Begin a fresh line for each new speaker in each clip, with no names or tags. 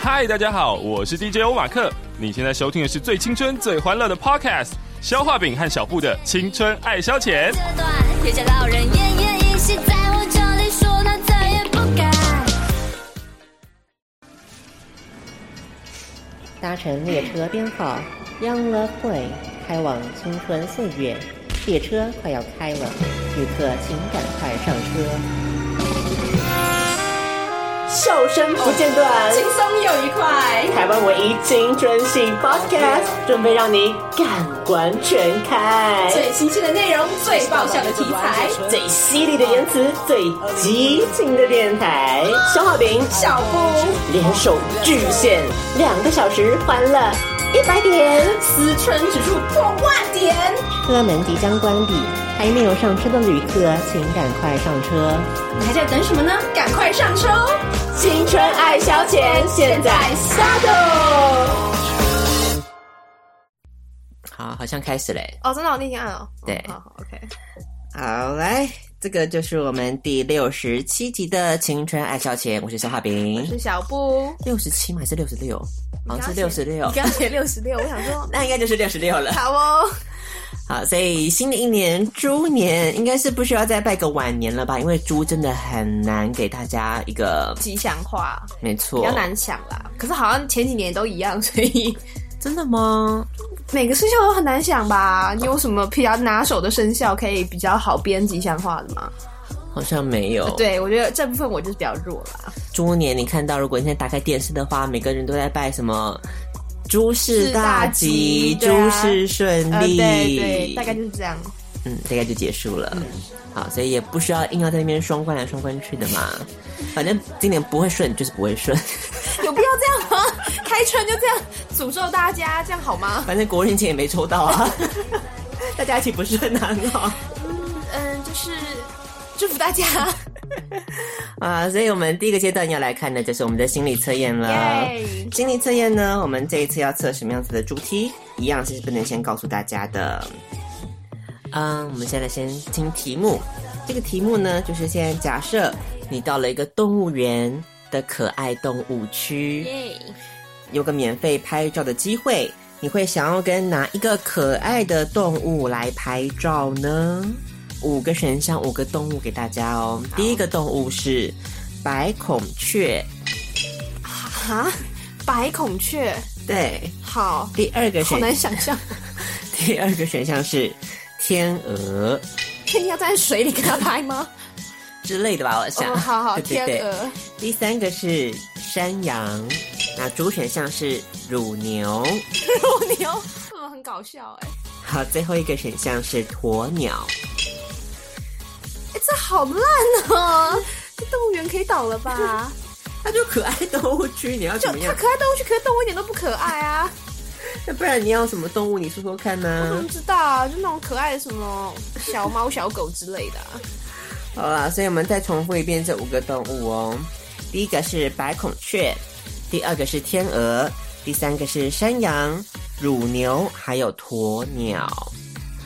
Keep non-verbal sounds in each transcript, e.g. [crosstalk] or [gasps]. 嗨，大家好，我是 DJ 欧马克，你现在收听的是最青春、最欢乐的 Podcast《消化饼和小布的青春爱消遣》。
这段，有些老人奄奄一息，在我这里说那再也不敢。
搭乘列车编号 Young Love Way 开往青春岁月，列车快要开了，旅客请赶快上车。
笑声不间断，
轻松又愉快。
台湾唯一青春系 Podcast，准备让你感官全开。
最新鲜的内容，最爆笑的题材，
最犀利的言辞，最激情的电台，小好饼
小布
联手巨献两个小时，欢乐一百点。
思春指数破万点，
车门即将关闭，还没有上车的旅客请赶快上车。
你还在等什么呢？赶快上车哦！
青春爱消遣，现在 start。
好，好像开始嘞。
哦，真的，我那天按哦。
对
嗯好好，OK。
好，来，这个就是我们第六十七集的《青春爱消遣》，我是小画饼。
是小布，
六十七吗？还是六十六？好像是六
刚
十
写
六
你。刚写六十六，我想说
那应该就是六十六了。
好哦。
好，所以新的一年猪年应该是不需要再拜个晚年了吧？因为猪真的很难给大家一个，
吉祥话
没
比
错
较，难想啦，可是好像前几年都一样，所以
真的吗？
每个生肖都很难想吧？你有什么比较拿手的生肖可以比较好编吉祥话的吗？
好像没有。，
对，我觉得这部分我就是比较弱啦。
猪年你看到，如果你现在打开电视的话，每个人都在拜什么？诸事大吉，
事大吉对啊
诸事顺
呃，
利、
对对，大概就是这样。
嗯，大概就结束了。好，所以也不需要硬要在那边双关来双关去的 [laughs] 嘛。反正今年不会顺就是不会顺， [laughs]
有必要这样吗？开春就这样诅咒大家，这样好吗？
反正国庆节也没抽到啊， [laughs] 大家一起不顺啊，很好
嗯，就是祝福 [laughs] 大家。
[laughs] 啊。所以我们第一个阶段要来看的就是我们的心理测验了。
耶
心理测验呢，我们这一次要测什么样子的主题，一样是不能先告诉大家的。嗯，我们现在先听题目。这个题目呢，就是现在假设你到了一个动物园的可爱动物区，有个免费拍照的机会，你会想要跟哪一个可爱的动物来拍照呢？五个选项，五个动物给大家哦。第一个动物是白孔雀，
哈，白啊孔雀，
对。
好，
第二个
好
选
难想象，
[laughs] 第二个选项是天鹅
天要站在水里给他拍吗？
之类的吧，我 [laughs] 想。
哦，好好，
对对对
天鹅，
第三个是山羊，那主选项是乳牛。
[laughs] 乳牛，嗯，很搞笑哎，
好，最后一个选项是鸵鸟。
哎，这好烂
[laughs]
哦，这动物园可以倒了吧？
它就可爱动物区，你要
就
怎么
它
样？
可爱动物区，可是动物一点都不可爱啊！
那不然你要什么动物？你说说看呢、
我怎么知道啊？就那种可爱的什么小猫、小狗之类的啊。
好啦，所以我们再重复一遍这五个动物哦。第一个是白孔雀，第二个是天鹅，第三个是山羊、乳牛，还有鸵鸟。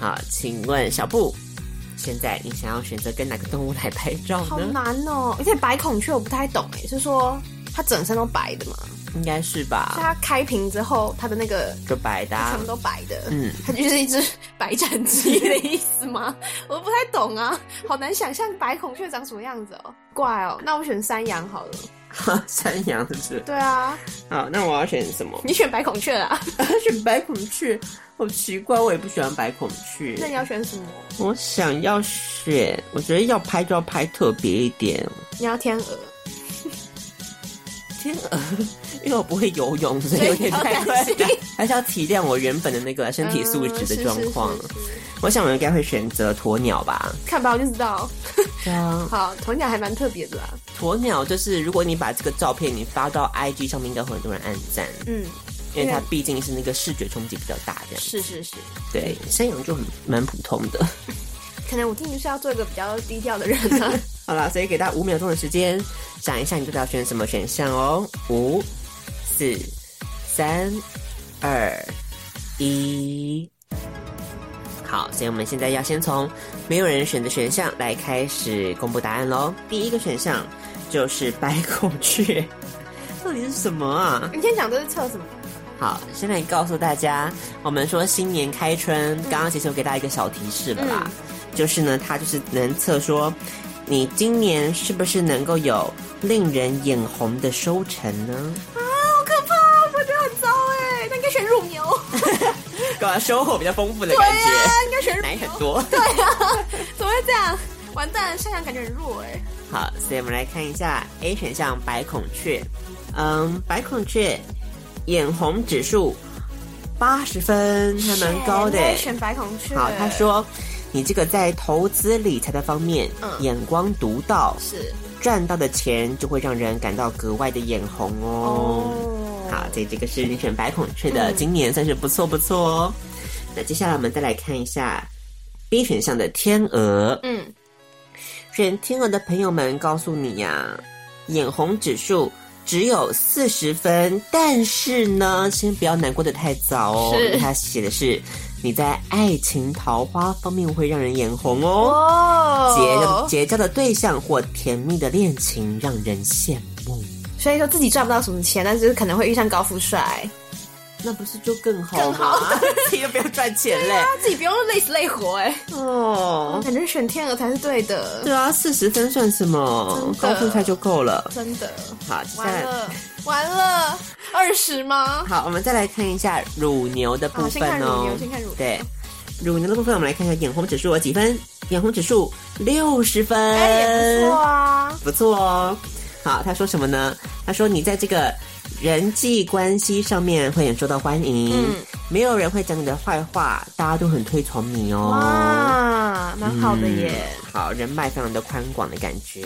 好，请问小布，现在你想要选择跟哪个动物来拍照
好
呢？
难哦！而且白孔雀我不太懂哎，是说它整身都白的嘛？
应该是
所以
吧，
它开屏之后，它的那个
就白的、
全
啊
部。都白的，
嗯
嗯，它就是一只白斩鸡的意思吗？ [laughs] 我不太懂啊，好难想象白孔雀长什么样子哦，怪哦。那我选山羊好了。
[laughs] 山羊是不是？
对啊，
好，那我要选什么？ [laughs]
你选白孔雀啊？
选白孔雀，好奇怪，我也不喜欢白孔雀。
那你要选什么？
我想要选，我觉得要拍就要拍特别一点，
你要天鹅，
天鹅，因为我不会游泳，所以有点太
所以
困难，还是要体谅我原本的那个身体素质的状况。
嗯是是是是
我想我应该会选择鸵鸟吧。
看吧，我就知道。
对啊，
好，鸵鸟还蛮特别的啦。
鸵鸟就是如果你把这个照片你发到 IG 上面，应该会很多人按赞，
嗯，
因为它毕竟是那个视觉冲击比较大这样。
是是是，
对，山羊就很蛮普通的。
可能我听就是要做一个比较低调的人 [laughs] 啊。
好啦，所以给大家五秒钟的时间，想一下你到底要选什么选项哦。五、四、三、二、一。好，所以我们现在要先从没有人选的选项来开始公布答案喽。第一个选项就是白孔雀， [laughs] 到底是什么啊？
你先讲这是测什么？
好，现在告诉大家，我们说新年开春，刚刚其实我给大家一个小提示了啦，就是呢，它就是能测说你今年是不是能够有令人眼红的收成 [laughs] 呢？
啊好可怕，我觉得很糟哎，那应该选乳牛。 [laughs]
干嘛收获比较丰富的
对
感
呀、
觉，
应该选乳
奶很
牛。
多。
对啊，怎么会这样？完蛋，香港感觉很弱哎。
好，所以我们来看一下 A 选项白孔雀，嗯，白孔雀眼红指数八十分，还蛮高的
选
耶。
选白孔哎雀。
好，他说你这个在投资理财的方面，
嗯
眼光独到，
是
赚到的钱就会让人感到格外的眼红哦。好，所以这个是你选白孔雀
嗯
的，今年算是不错不错哦。那接下来我们再来看一下 B 选项的天鹅，
嗯，
选天鹅的朋友们告诉你呀、眼红指数。只有四十分，但是呢，先不要难过的太早哦。
是
因为他写的是你在爱情桃花方面会让人眼红哦，
哦
结交结交的对象或甜蜜的恋情让人羡慕，
所以说自己赚不到什么钱，但是可能会遇上高富帅，
那不是就更好更 [laughs] 好，自己又不要赚钱嘞。
[laughs] 他啊自己不用累死累活哎、
哦，
感觉选天鹅才是对的，
对啊，四十分算什么？
真
高
的
富帅就够了。
真的。
好，接下
完
来，
了完了，二十吗？
好，我们再来看一下乳牛的部
好，先看
分
乳
哦
牛，。先看乳牛。
对，乳牛的部分，我们来看一下眼红指数有哦几分？眼红指数六十分，
哎，也不错啊。
不错哦。好，他说什么呢？他说你在这个人际关系上面会很受到欢迎，
嗯
没有人会讲你的坏话，大家都很推崇你哦。
哇，蛮好的耶。
嗯好，人脉非常的宽广的感觉。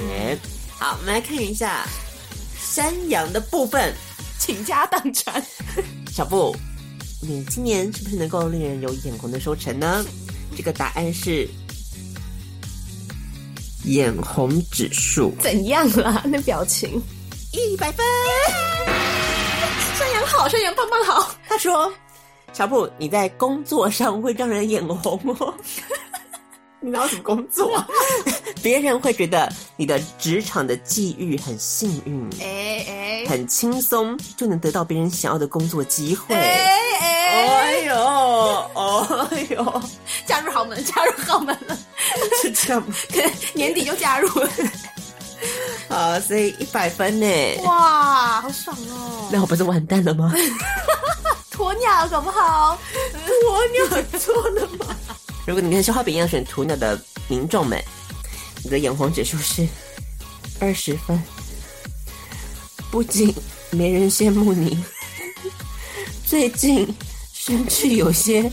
好，我们来看一下山羊的部分。
倾家荡产，
小布，你今年是不是能够令人有眼红的收成呢？这个答案是眼红指数
怎样啦？那表情，
一百分。
山羊好，山羊棒棒好。
他说：“小布，你在工作上会让人眼红哦。 [laughs] 你哪有什么工作啊？ [laughs] 别人会觉得你的职场的际遇很幸运，
哎哎
很轻松就能得到别人想要的工作机会。
哎哎，
哎呦，哎呦，
嫁入豪门，嫁入豪门了，
是这样吗？
可能年底就嫁入了。
好，所以一百分呢？
哇，好爽哦！
那我不是完蛋了吗？
鸵鸟搞不好，鸵鸟错了吗？
如果你跟消化饼一样选鸵鸟的民众们，你的眼红指数是二十分，不仅没人羡慕你， [laughs] 最近甚至有些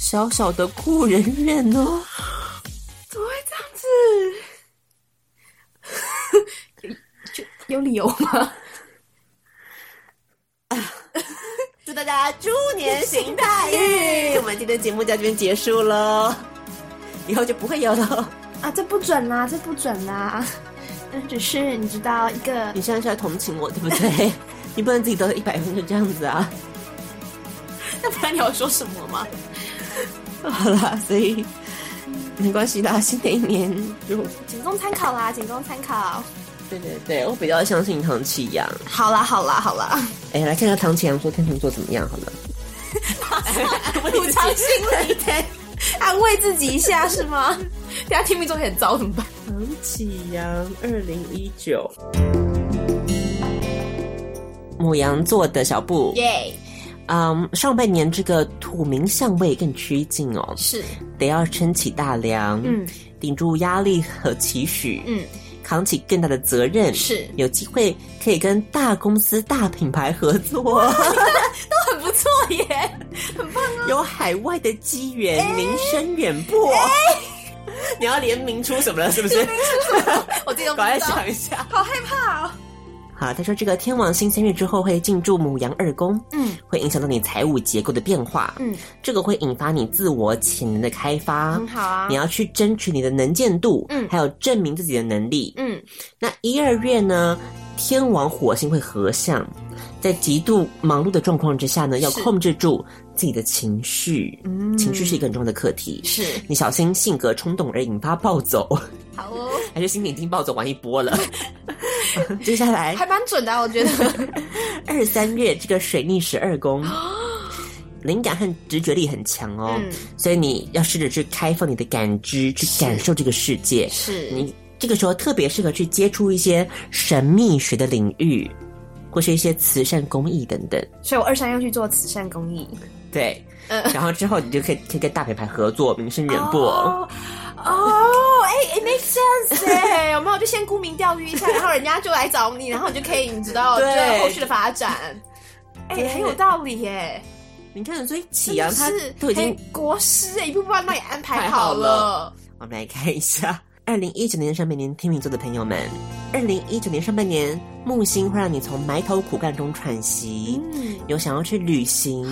小小的故人怨哦。
怎么会这样子？有有理由吗？
祝大家猪年行大运！ [laughs] 我们今天节目到这边结束喽，以后就不会有了。
啊，这不准啦，这不准啦。嗯，只是你知道一个
你现在是在同情我，对不对？ [laughs] 你不能自己得一百分就这样子啊！
那不然你要说什么吗？
好啦，所以没关系啦，新的一年就
仅供参考啦，仅供参考。
[laughs] 对对对，我比较相信唐启阳。
好啦，好啦，好啦，
哎，来看看唐启阳说天秤座怎么样好了。
[laughs] 补偿心理，安慰自己一下是吗？ [laughs] 等下听命中也很糟怎么办？
唐启阳，二零一九。母羊座的小布，
耶、
嗯，上半年这个土冥相位更趋近哦，
是，
得要撑起大梁，
嗯，
顶住压力和期许，
嗯，
扛起更大的责任，
是
有机会可以跟大公司、大品牌合 [laughs] 作，
很不错 [laughs] 耶。
有海外的机缘，名声远播。 [laughs] 你要哎联名出什么了？是不是？
我自己都不
赶快
知道，
想一下。
好害怕哦。
好，他说这个天王星三月之后会进驻母羊二宫，
嗯，
会影响到你财务结构的变化，
嗯，
这个会引发你自我潜能的开发，
很好啊
你。要去争取你的能见度，
嗯
还有证明自己的能力，
嗯，
那一二月呢，天王火星会合相，在极度忙碌的状况之下呢，要
是
控制住自己的情绪，
嗯
情绪是一个很重要的课题。
是，
你小心性格冲动而引发暴走， [laughs]
好哦。
还是心情已经暴走完一波了？接下来
[laughs] 还蛮准的啊、我觉得。
二三月这个水逆十二
[gasps]
宫，灵感和直觉力很强哦，
嗯
所以你要试着去开放你的感知，去感受这个世界。
[laughs] 是
你这个时候特别适合去接触一些神秘学的领域，或是一些慈善公益等等。
所以我二三要去做慈善公益。
对，
嗯
然后之后你就可以可以跟大品牌合作，名声远播。
哦，哦哎、i t makes sense 哎、有没有？就先沽名钓誉 [laughs] 一下，然后人家就来找你，然后你就可以，你知道，就
对
是后续的发展。哎、
对
很有道理耶、
你看，所以启
真
阳
的
他
是
都已经
嘿国师哎、一步步帮你安排
排好
好了。
我们来看一下，二零一九年上半年天秤座的朋友们，二零一九年上半年木星会让你从埋头苦干中喘息，
嗯，
有想要去旅行、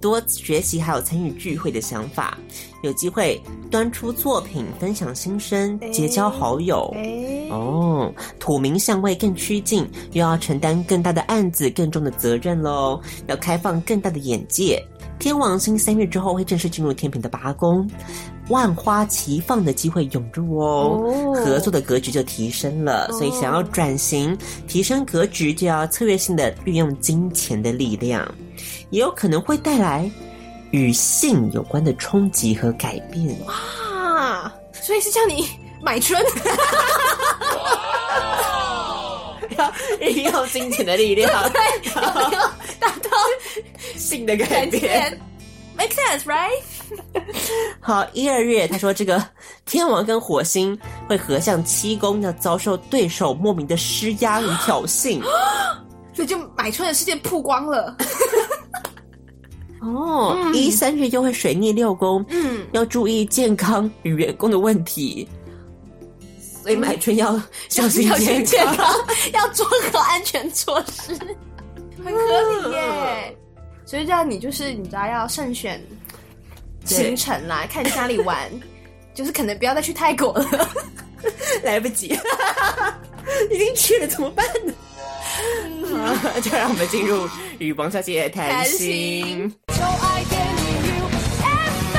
多学习，还有参与聚会的想法，有机会端出作品分享心声，结交好友。
哎、
哦，土冥相位更趋近，又要承担更大的案子、更重的责任喽，要开放更大的眼界。天王星三月之后会正式进入天平的八宫，万花齐放的机会涌入哦，
哦
合作的格局就提升了。所以想要转型、提升格局，就要策略性的运用金钱的力量，也有可能会带来与性有关的冲击和改变。
啊，所以是叫你买春。
[laughs] 运用金钱的力量，
有没有达到
性的 [laughs] 改
感
变。
觉？Make sense, right？
好，一二月他说这个天王跟火星会合向七宫，要遭受对手莫名的施压与挑衅。
所以就买春的事件曝光了。
哦，一三月又会水逆六宫，
嗯，
要注意健康与员工的问题。所以买春要小心
[laughs] 要
健
先健
康。
康， [laughs] 要做好安全措施，
嗯
很合理耶。所以叫你就是你知道要慎选行程啦，看去哪里
[laughs]
玩，就是可能不要再去泰国
哦
了。
来不及， [laughs] 已经去了，怎么办呢？啊 [laughs] 就让我们进入与王小姐谈
谈
心
心。
就爱给你 UFO。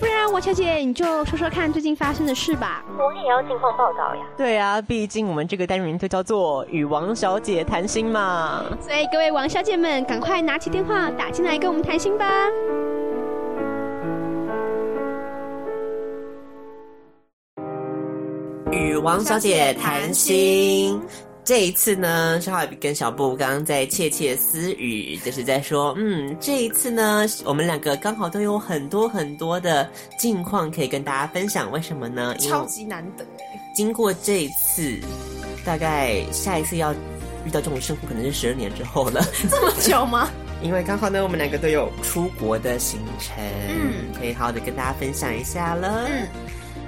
不
啊
然王小姐你就说说看最近发生的事吧。
我也要近况报道呀。
对啊，毕竟我们这个单元就叫做“与王小姐谈心”嘛。
所以各位王小姐们，赶快拿起电话打进来跟我们谈心吧。
与王小姐谈心。这一次呢，小海跟小布刚刚在窃窃私语，就是在说，嗯，这一次呢，我们两个刚好都有很多很多的近况可以跟大家分享。为什么呢？因为
[laughs] 超级难得哎，
经过这一次，大概下一次要遇到这种生活，可能是十二年之后了。
这 [laughs] 么久吗？
因为刚好呢，我们两个都有出国的行程，嗯，可以好好的跟大家分享一下了。嗯，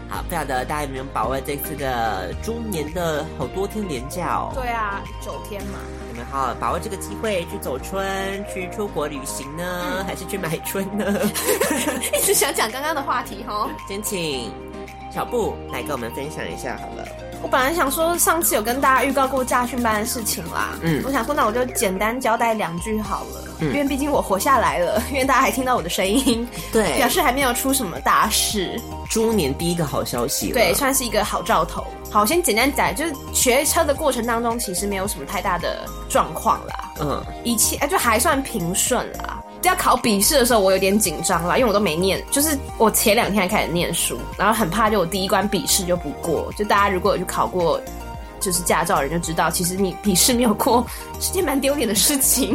好，不晓得大家有没有把握这次的猪年的好多天连假哦？
对啊，九天嘛，
你们好好把握这个机会去走春，去出国旅行呢，还是去买春呢？
一直想讲刚刚的话题哈。
先请小布来跟我们分享一下好了。
我本来想说上次有跟大家预告过驾训班的事情啦，
嗯
我想说那我就简单交代两句好了，
嗯
因为毕竟我活下
[laughs]
来了，因为大家还听到我的声音，
对
表示还没有出什么大事，
猪年第一个好消息了，
对，算是一个好兆头。好，我先简单讲，就是学车的过程当中，其实没有什么太大的状况啦，
嗯，
一切哎就还算平顺啦。要考笔试的时候，我有点紧张啦，因为我都没念，就是我前两天才开始念书，然后很怕就我第一关笔试就不过。就大家如果有去考过就是驾照的人就知道，其实你笔试没有过是件蛮丢脸的事情。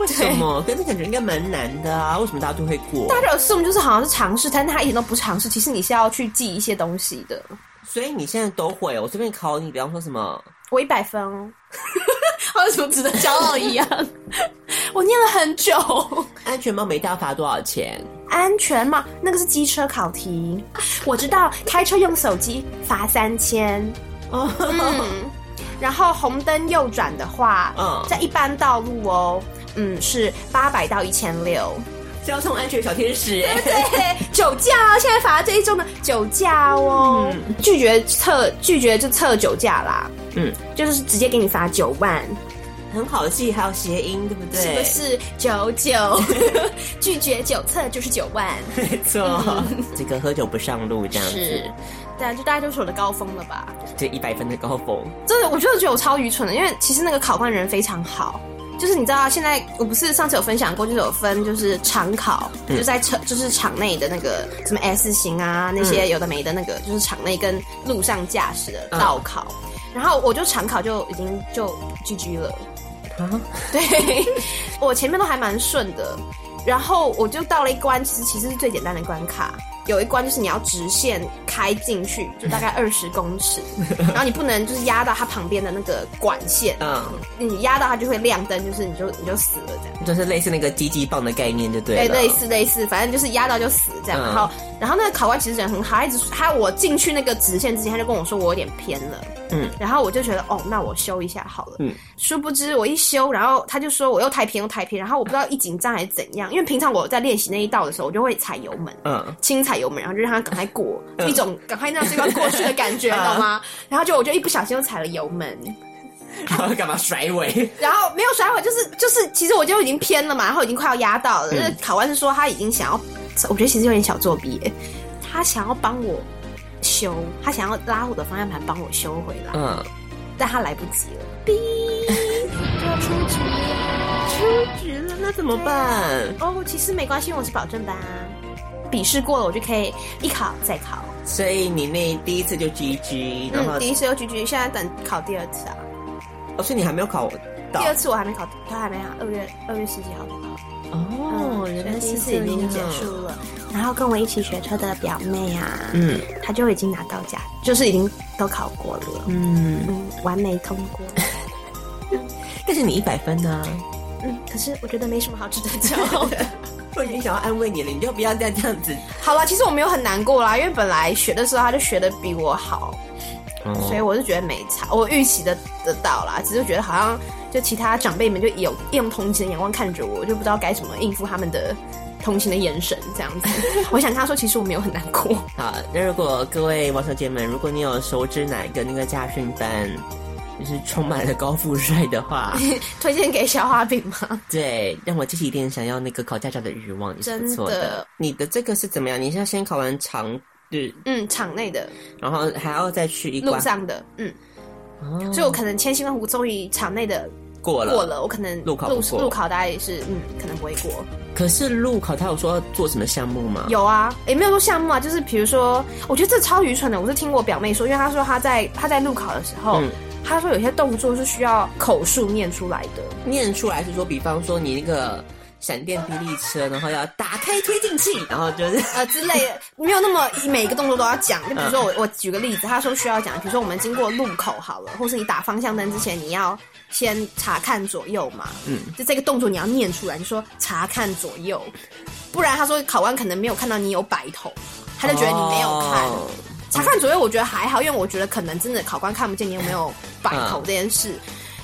为
为什？么？跟那感觉应该蛮难的啊，为什么大家都会过
大？家有 assume 就是好像是尝试，但是他一点都不尝试。其实你是要去记一些东西的。
所以你现在都会，我随便考你，比方说什么？
我一百分哦， [laughs] 好像什么值得骄傲一样。 [laughs] 我念了很久，
安全帽没大罚多少钱？
安全帽那个是机车考题，我知道开车用手机罚三千。
哦，
嗯，然后红灯右转的话，
嗯
在一般道路哦，嗯，是八百到一千六。
交通安全小天
[laughs]
使，哎
对，酒驾啊！现在罚这一周呢，酒驾哦，拒绝测拒绝就测酒驾啦，
嗯，
就是直接给你罚九万，
很好记，还有谐音，对不对？
是不是九九？ [laughs] 拒绝酒测就是九万，
没错，这个喝酒不上路这样
嗯是
子，，
对啊，就大概就是我的高峰了吧。
这一百分的高峰，
真的，我真的觉得我超愚蠢的，因为其实那个考官人非常好。就是你知道，现在我不是上次有分享过，就是有分就是场考，
嗯
就是在车就是场内的那个什么 S 型啊，那些有的没的那个，就是场内跟路上驾驶
嗯
的道考。然后我就场考就已经就 GG 了，
啊
[laughs] 对我前面都还蛮顺的，然后我就到了一关，其实其实是最简单的关卡。有一关就是你要直线开进去，
[laughs]
就大概二十公尺，然后你不能就是压到它旁边的那个管线，
嗯，
你压到它就会亮灯，就是你就你就死了这样。
就是类似那个鸡鸡棒的概念，就对
对，
了，
哎类似类似，反正就是压到就死这样。
嗯
然后然后那个考官其实人很好，他一直他我进去那个直线之前，他就跟我说我有点偏了，
嗯，
然后我就觉得哦，那我修一下好了，
嗯。
殊不知我一修，然后他就说我又太偏又太偏，然后我不知道一紧张还是怎样，因为平常我在练习那一道的时候，我就会踩油门，
嗯，
轻踩油门，然后就让他赶快
[laughs]
过，一种赶快让这关过去的感
嗯
觉，懂吗？然后就我就一不小心又踩了油门，
然后干嘛甩尾？
然后没有甩尾，就是就是，其实我就已经偏了嘛，然后已经快要压到了。那、考官是说他已经想要，我觉得其实有点小作弊耶，他想要帮我修，他想要拉我的方向盘帮我修回来，
嗯，
但他来不及了。
那怎么办？
哦，其实没关系，我是保证班，笔试过了我就可以一考再考。
所以你那第一次就 GG，然后
嗯，第一次又拒绝，现在等考第二次啊。
哦，所以你还没有考到
第二次我还没考，他还没考，二月二月十几号才考。
哦，原来
嗯第一
是
次
这
已经
样
结束了。然后跟我一起学车的表妹啊，
嗯
她就已经拿到驾，就是已经都考过了，
嗯，
嗯，完美通过。
但是你一百分呢、
嗯，可是我觉得没什么好值得骄傲的。
我已经想要安慰你了，你就不要再这样子。
[laughs] 好了，其实我没有很难过啦，因为本来学的时候她就学的比我好，所以我是觉得没差，我预期的得到啦，只是觉得好像就其他长辈们就有用同情的眼光看着我，我就不知道该怎么应付他们的同情的眼神这 [laughs] 样子。我想跟他说，其实我没有很难过。 [laughs]
好，那如果各位王小姐们，如果你有熟知哪一个那个驾训班，就是充满了高富帅的
[laughs]
话，
推荐给小花饼吗？
对，让我激起一点想要那个考驾照的欲望也是不错的
真的。
你的这个是怎么样？你是要先考完长日，
嗯，场内的
然后还要再去一
路
关，
上的，嗯，
哦
所以我可能千辛万苦终于场内的
过了
过了，我可能
路考不
路
过
路考大概也是，嗯，可能不会过。
可是路考他有说要做什么项目吗？
有啊，也没有说项目啊，就是比如说，我觉得这超愚蠢的。我是听我表妹说，因为她说她在她在路考的时候，
嗯
她说有些动作是需要口述念出来的。
念出来是说，比方说你那个闪电霹雳车，然后要打开推进器，然后就是
呃之类的，没有那么每一个动作都要讲。就比如说我我举个例子，他说需要讲，比如说我们经过路口好了，或是你打方向灯之前，你要先查看左右嘛。
嗯
嗯，就这个动作你要念出来，你说查看左右，不然他说考官可能没有看到你有摆头，他就觉得你没有看。
哦
查看左右我觉得还好，因为我觉得可能真的考官看不见你有没有摆头这件事。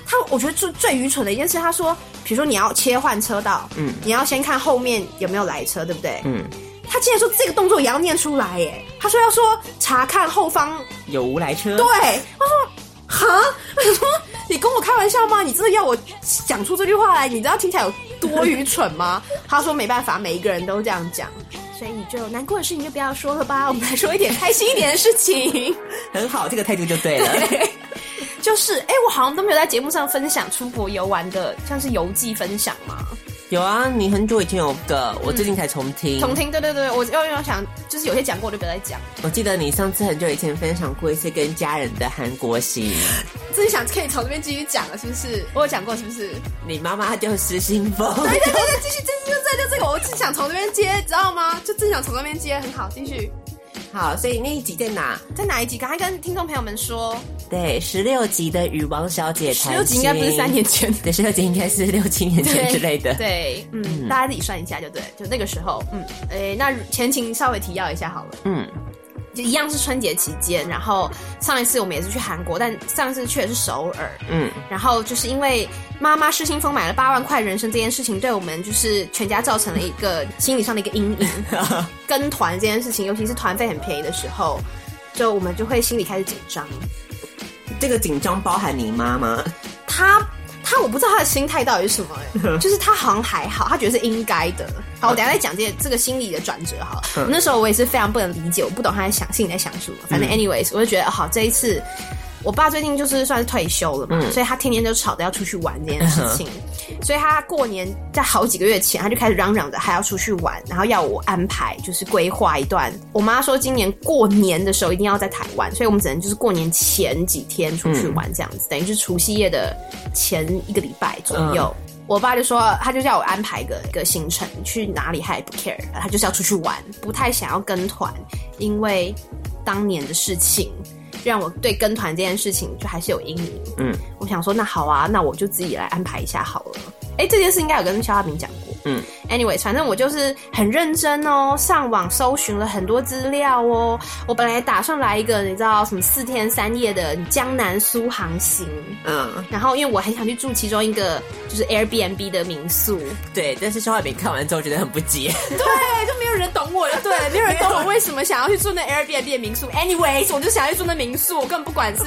他我觉得最最愚蠢的一件事，他说，比如说你要切换车道，
嗯
嗯，你要先看后面有没有来车，对不对？
嗯，
他竟然说这个动作也要念出来耶！他说要说查看后方，
有无来车，
对，我说哈， [laughs] 我说你跟我开玩笑吗？你真的要我讲出这句话来？你知道听起来有多愚蠢 [laughs] 吗？他说没办法，每一个人都这样讲，所以就难过的事情就不要说了吧，我们来说一点开心一点的事情。
很好，这个态度就 [laughs] 对了。
[laughs] 就是，哎、我好像都没有在节目上分享出国游玩的，像是游记分享嘛。
有啊，你很久以前有个，我最近才嗯重听。
重听，对对对，我要要想，就是有些讲过我就不要再讲。
我记得你上次很久以前分享过一次跟家人的韩国 [laughs] 行，
自己想可以从这边继续讲了，是不是？我有讲过是不是？
你妈妈就是失心疯。
对对对对，继续继续就这就这个，我只想从这边接，知道吗？就只想从那边接，很好，继续。
好，所以那一集在哪？
在哪一集？赶快跟听众朋友们说，
对，十六集的与王小姐谈心。
16集应该不是三年前
对，十六集应该是六七年前 [laughs] 之类的。
对，嗯，大家自己算一下就对，就那个时候，嗯，哎，那前情稍微提要一下好了。
嗯，
就一样是春节期间，然后上一次我们也是去韩国，但上一次去的是首尔，
嗯，
然后就是因为妈妈失心疯买了八万块人参这件事情，对我们就是全家造成了一个心理上的一个阴影。跟团这件事情，尤其是团费很便宜的时候，就我们就会心里开始紧张。
这个紧张包含你妈妈，
他他我不知道他的心态到底是什
[laughs]
么、欸，就是他好像还好，他觉得是应该的。
呃
好，我等一下再讲这这个心理的转折好了。
嗯
那时候我也是非常不能理解，我不懂他在想心里在想什么。反正
嗯
anyways，我就觉得好这一次。我爸最近就是算是退休了嘛，
嗯
所以他天天就吵着要出去玩这件事情，所以他过年在好几个月前他就开始嚷嚷着还要出去玩，然后要我安排就是规划一段。我妈说今年过年的时候一定要在台湾，所以我们只能就是过年前几天出
嗯
去玩这样子，等于是除夕夜的前一个礼拜左
嗯
右。我爸就说，他就叫我安排一个一个行程，去哪里他也不 care，他就是要出去玩，不太想要跟团，因为当年的事情让我对跟团这件事情就还是有阴影。
嗯
我想说，那好啊，那我就自己来安排一下好了。哎，这件事应该有跟肖亚平讲过。
嗯
，anyways，反正我就是很认真哦，上网搜寻了很多资料哦。我本来打算来一个你知道什么四天三夜的江南苏航行，
嗯，
然后因为我很想去住其中一个就是 Airbnb 的民宿，
对。但是肖海饼看完之后觉得很不解，
对，就没有人懂我了，对， [laughs] 没有人懂我为什么想要去住那 Airbnb 的民宿。Anyways，我就想要去住那民宿，我根本不管是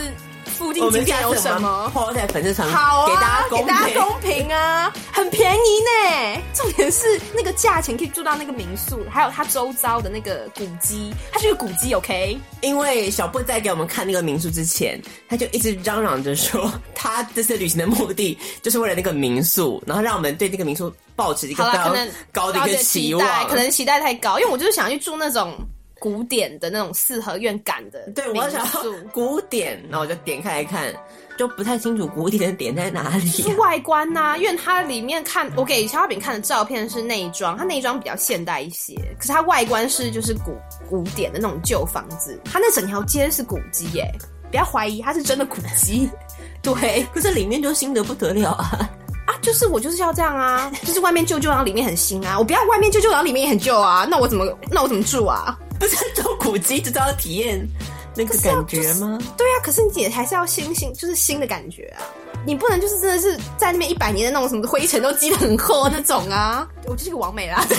附近
我
景
们
点
下
有
次
什么。
抛在粉丝团，
好啊，
给大家
给
公
大家
平。
公平啊，很便宜呢。重点是那个价钱可以住到那个民宿，还有它周遭的那个古迹，它是一个古迹，OK？
因为小布在给我们看那个民宿之前，他就一直嚷嚷着说，他这次旅行的目的就是为了那个民宿，然后让我们对那个民宿抱持一
好
个非
啦，可
常
能
高的一个期
期
望。
待，可能期待太高，因为我就是想去住那种古典的那种四合院感的
对我
民
想要
宿。
[laughs] 古典，然后我就点开来看，就不太清楚古典的点在哪里啊
就是、外观呐、因为它里面看我给小饼看的照片是内装，它内装比较现代一些，可是它外观是就是古古典的那种旧房子，它那整条街是古迹耶、不要怀疑它是真的古
[laughs]
迹。 [laughs] 对
可是里面就新的不得了啊！ [laughs]
啊，就是我就是要这样啊，就是外面旧旧，然后里面很新啊，我不要外面旧旧，然后里面也很旧啊，那我怎么那我怎么住啊？
不是做古迹就是要体验那个感觉吗？
对啊，可是你也还是要新新，就是新的感觉啊。你不能就是真的是在那边一百年的那种什么灰尘都积得很厚的那种啊！我就是个完美啦，对。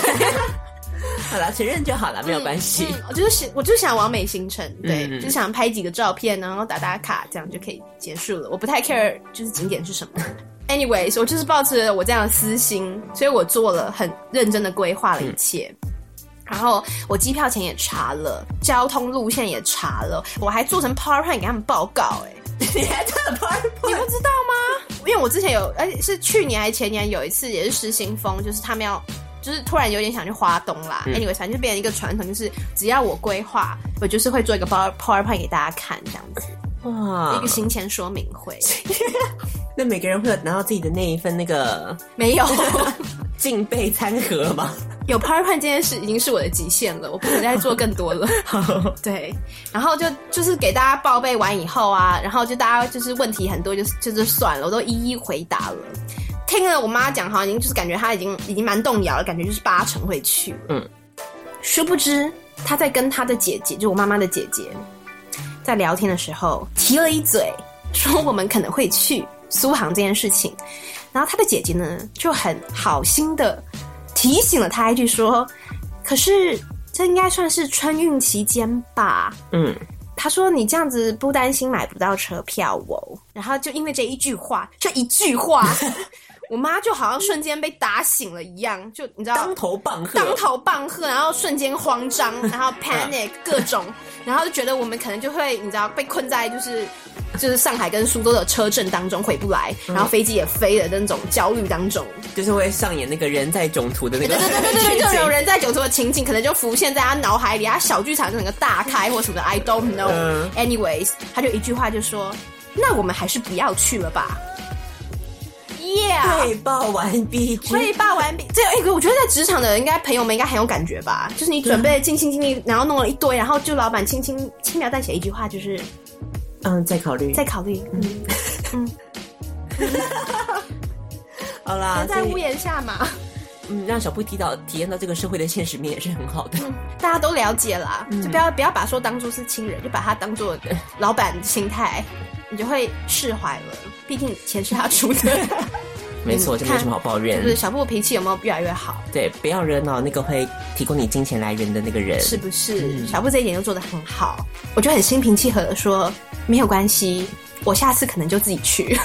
好啦，承认就好 [laughs] 了，没有关系。
嗯我就是想，我就是想完美行程，对，
嗯嗯
就是想拍几个照片，然后打打卡，这样就可以结束了。我不太 care 就是景点是什么。Anyways，我就是抱着我这样的私心，所以我做了很认真的规划了一切。
嗯
然后我机票钱也查了，交通路线也查了，我还做成 PowerPoint 给他们报告、哎，
[laughs] 你还真的 PowerPoint
你不知道吗？因为我之前有，而且是去年还是前年有一次也是失心疯，就是他们要。就是突然有点想去花东啦、a n y w a y 反正就变成一个传统，就是只要我规划，我就是会做一个 Power PowerPoint 给大家看，这样子、一
哇
个！行前说明会。
那每个人会有拿到自己的那一份那个
没有，
敬备餐盒吗？
有 PowerPoint 这件事已经是我的极限了，我不能再做更多了。 [laughs] 对，然后就就是给大家报备完以后啊，然后就大家就是问题很多，就是就是算了，我都一一回答了。听了我妈讲，好像已经就是感觉她已经已经蛮动摇了，感觉就是八成会去。
嗯，
殊不知她在跟她的姐姐，就我妈妈的姐姐，在聊天的时候提了一嘴，说我们可能会去苏杭这件事情。然后她的姐姐呢就很好心的提醒了她一句说：“可是这应该算是春运期间吧？”
[laughs] 嗯，
他说：“你这样子不担心买不到车票哦。”然后就因为这一句话，这一句
[laughs]
话，我妈就好像瞬间被打醒了一样，就你知道，
当头棒喝，
当头棒喝，然后瞬间
[laughs]
慌张，然后 panic 各种，然后就觉得我们可能就会你知道被困在就是就是上海跟苏州的车震当中回不来，
嗯
然后飞机也飞的那种焦虑当中。
就是会上演那个人在囧途的那
对
个
对对对对
[laughs]
对，
情景
就有人在酒桌的情景，可能就浮现在他脑海里，他小剧场整个大开或什么的，I don't know
嗯。
Anyways，他就一句话就说：“那我们还是不要去了吧。” Yeah，
汇报完毕之
啊汇报完毕。这哎、我觉得在职场的应该朋友们应该很有感觉吧？就是你准备尽心尽力，然后弄了一堆，然后就老板轻轻轻描淡写一句话，就是
嗯，再考虑。
再考虑，嗯，
好啦，
人在
所以
屋檐下嘛。
嗯，让小布提到体验到这个社会的现实面也是很好的。
大家都了解啦，就不要不要把说当做是亲人，就把他当做老板心态，你就会释怀了。毕竟钱是他出的，
没错，这没什么好抱
就
怨。
嗯是小布脾气有没有越来越好？
对，不要惹恼那个会提供你金钱来源的那个人。
是不是？小布这一点就做得很好，我就很心平气和的说，没有关系，我下次可能就自己去。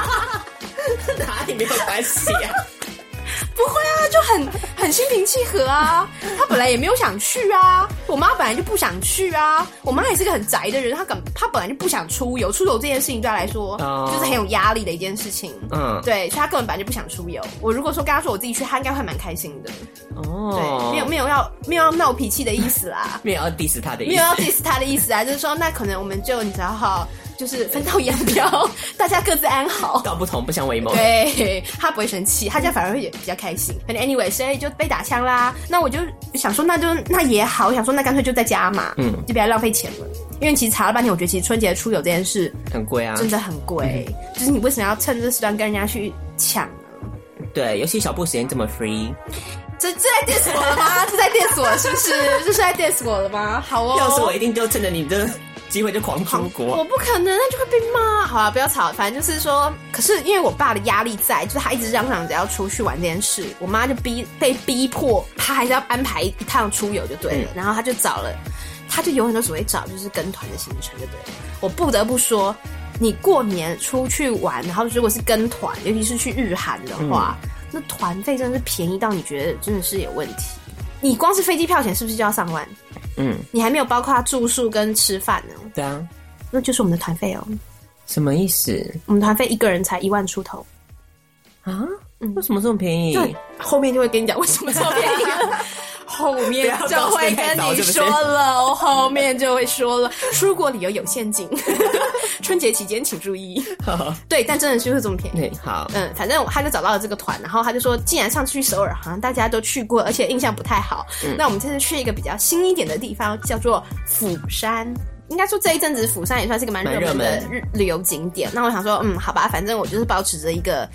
[laughs] 哪里没有关系啊？
不会啊，就很很心平气和啊。他本来也没有想去啊，我妈本来就不想去啊。我妈也是个很宅的人，她本她本来就不想出游，出游这件事情对她来说、
哦
就是很有压力的一件事情。
嗯，
对，所以她根本本来就不想出游。我如果说跟她说我自己去，她应该会蛮开心的。对，
哦，，
没有没有要没有要闹脾气的意思啦
[laughs] 没有要 diss 他的意
没
思
有。要 diss 她的意思啊，就是说那可能我们就你知道哈，就是分道扬镳， [laughs] 大家各自安好。
道不同不相为 [laughs] 谋。
对他不会生气，他这样反而会比较开心。反正 anyway，所以就被打枪啦。那我就想说，那就那也好，我想说那干脆就在家嘛，
嗯
就不要浪费钱了。因为其实查了半天，我觉得其实春节出游这件事
很贵啊，
真的很贵，就是你为什么要趁这时段跟人家去抢呢？
对，尤其小布时间这么 free，
这这在 diss 我了吗？这在 diss 我是不是？这是在 diss 我了吗？好哦，
[laughs] 要是我一定就趁着你的机会就狂出
我
国。
不可能，那就会被骂。好了，啊不要吵，反正就是说，可是因为我爸的压力在，就是他一直嚷嚷着要出去玩这件事，我妈就逼被逼迫，她还是要安排一趟出游就对了，然后她就找了，她就永远都只会找就是跟团的行程就对了。我不得不说。你过年出去玩，然后如果是跟团，尤其是去日韩的话，那团费真的是便宜到你觉得真的是有问题。你光是飞机票钱是不是就要上万？
嗯，
你还没有包括住宿跟吃饭呢。
对啊，
那就是我们的团费哦。
什么意思
我们团费一个人才一万出头，
啊？
嗯
为什么这么便宜？
后面就会跟你讲为什么这么便宜了。后面就会跟你说
不要告诉你太
了，我后面就会说了。出国旅游有陷阱， [laughs] 春节期间请注意。对，但真的就是这么便宜。
对，好，
嗯，反正他就找到了这个团，然后他就说，既然上次去首尔好像大家都去过，而且印象不太好，那我们这次去一个比较新一点的地方，叫做釜山。应该说这一阵子釜山也算是个蛮
蛮
热门的
热
日旅游景点。那我想说，嗯，好吧，反正我就是保持着一个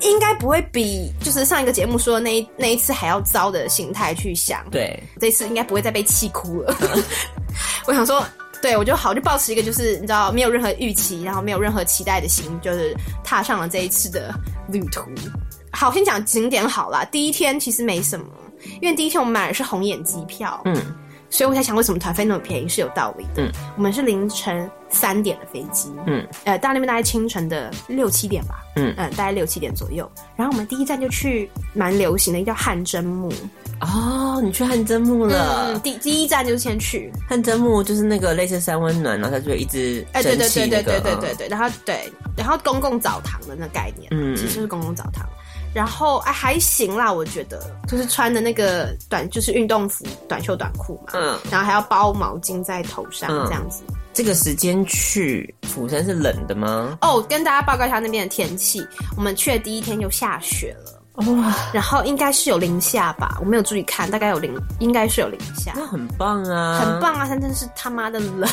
应该不会比就是上一个节目说的那一那一次还要糟的心态去想。
对，
这次应该不会再被气哭了。 [laughs] 我想说，对我就好，就抱持一个就是你知道没有任何预期，然后没有任何期待的心，就是踏上了这一次的旅途。好，先讲景点好啦。第一天其实没什么，因为第一天我们买的是红眼机票，
嗯，
所以我才想为什么团费那么便宜是有道理的。
嗯，
我们是凌晨三点的飞机，
嗯，
呃，到那边大概清晨的六七点吧，
嗯
嗯、大概六七点左右。然后我们第一站就去蛮流行的一个叫汗蒸木，
哦，你去汗蒸木了
嗯，。第第一站就是先去，
汗蒸木就是那个类似三温暖，然后它就会一直
哎，对
蒸
对
汽
对
那
对
个
对对对对，然后对，然后公共澡堂的那概念，
嗯
嗯，其实就是公共澡堂。然后哎还行啦，我觉得就是穿的那个短就是运动服、短袖短裤嘛，
嗯
嗯，然后还要包毛巾在头上
嗯
这样子。
这个时间去釜山是冷的吗？
哦，跟大家报告一下那边的天气，我们去的第一天就下雪了。哇！然后应该是有零下吧，我没有注意看，大概有零，应该是有零下。
那很棒啊，
很棒啊，但真是他妈的冷，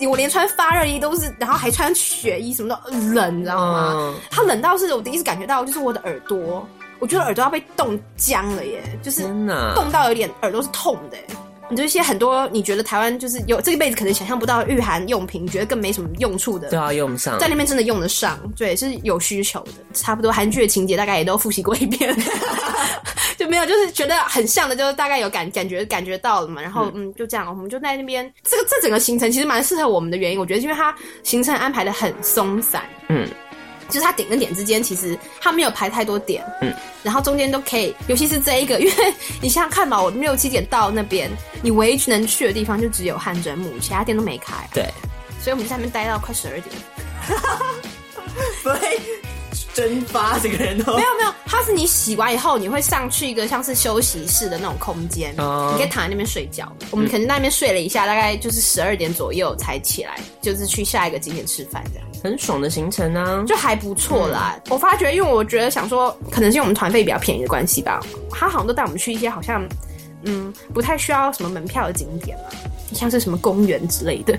[laughs] 我连穿发热衣都是，然后还穿雪衣，什么都冷，你知道吗
嗯？
它冷到是我第一次感觉到，就是我的耳朵，我觉得耳朵要被冻僵了耶，就是
天哪
冻到有点耳朵是痛的耶。你这些很多你觉得台湾就是有这一辈子可能想象不到的御寒用品，你觉得更没什么用处的，
都要啊用上
在。那边真的用得上，对，是有需求的。差不多韩剧的情节大概也都复习过一遍， [laughs] 就没有，就是觉得很像的，就是大概有感感觉感觉到了嘛。然后嗯，就这样，我们就在那边。这个这整个行程其实蛮适合我们的原因，我觉得是因为它行程安排的很松散，
嗯，
就是它点跟点之间其实它没有排太多点，
嗯，
然后中间都可以，尤其是这一个，因为 [laughs] 你想想看嘛，我六七点到那边，你唯一能去的地方就只有汗蒸木，其他店都没开，啊
对，
所以我们就在那边待到快十二点。
不会蒸发这个人都
没有没有，它是你洗完以后，你会上去一个像是休息室的那种空间，
哦
你可以躺在那边睡觉。我们可能在那边睡了一下，大概就是十二点左右才起来，就是去下一个景点吃饭这样。
很爽的行程啊，
就还不错啦。
嗯
我发觉，因为我觉得想说，可能是因为我们团费比较便宜的关系吧，他好像都带我们去一些好像，嗯，不太需要什么门票的景点啊，像是什么公园之类的，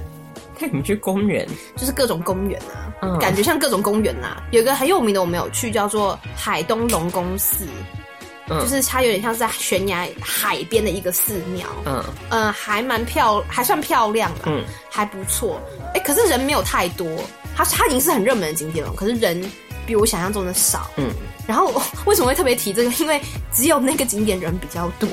带你们去公园，
就是各种公园啊，
嗯
感觉像各种公园啊。有一个很有名的我没有去，叫做海东龙宫寺。
嗯
就是它有点像是在悬崖海边的一个寺庙，
嗯
呃，还蛮漂，还算漂亮吧，
嗯
还不错。哎，可是人没有太多，它它已经是很热门的景点了，可是人比我想象中的少。
嗯
然后我为什么会特别提这个？因为只有那个景点人比较多，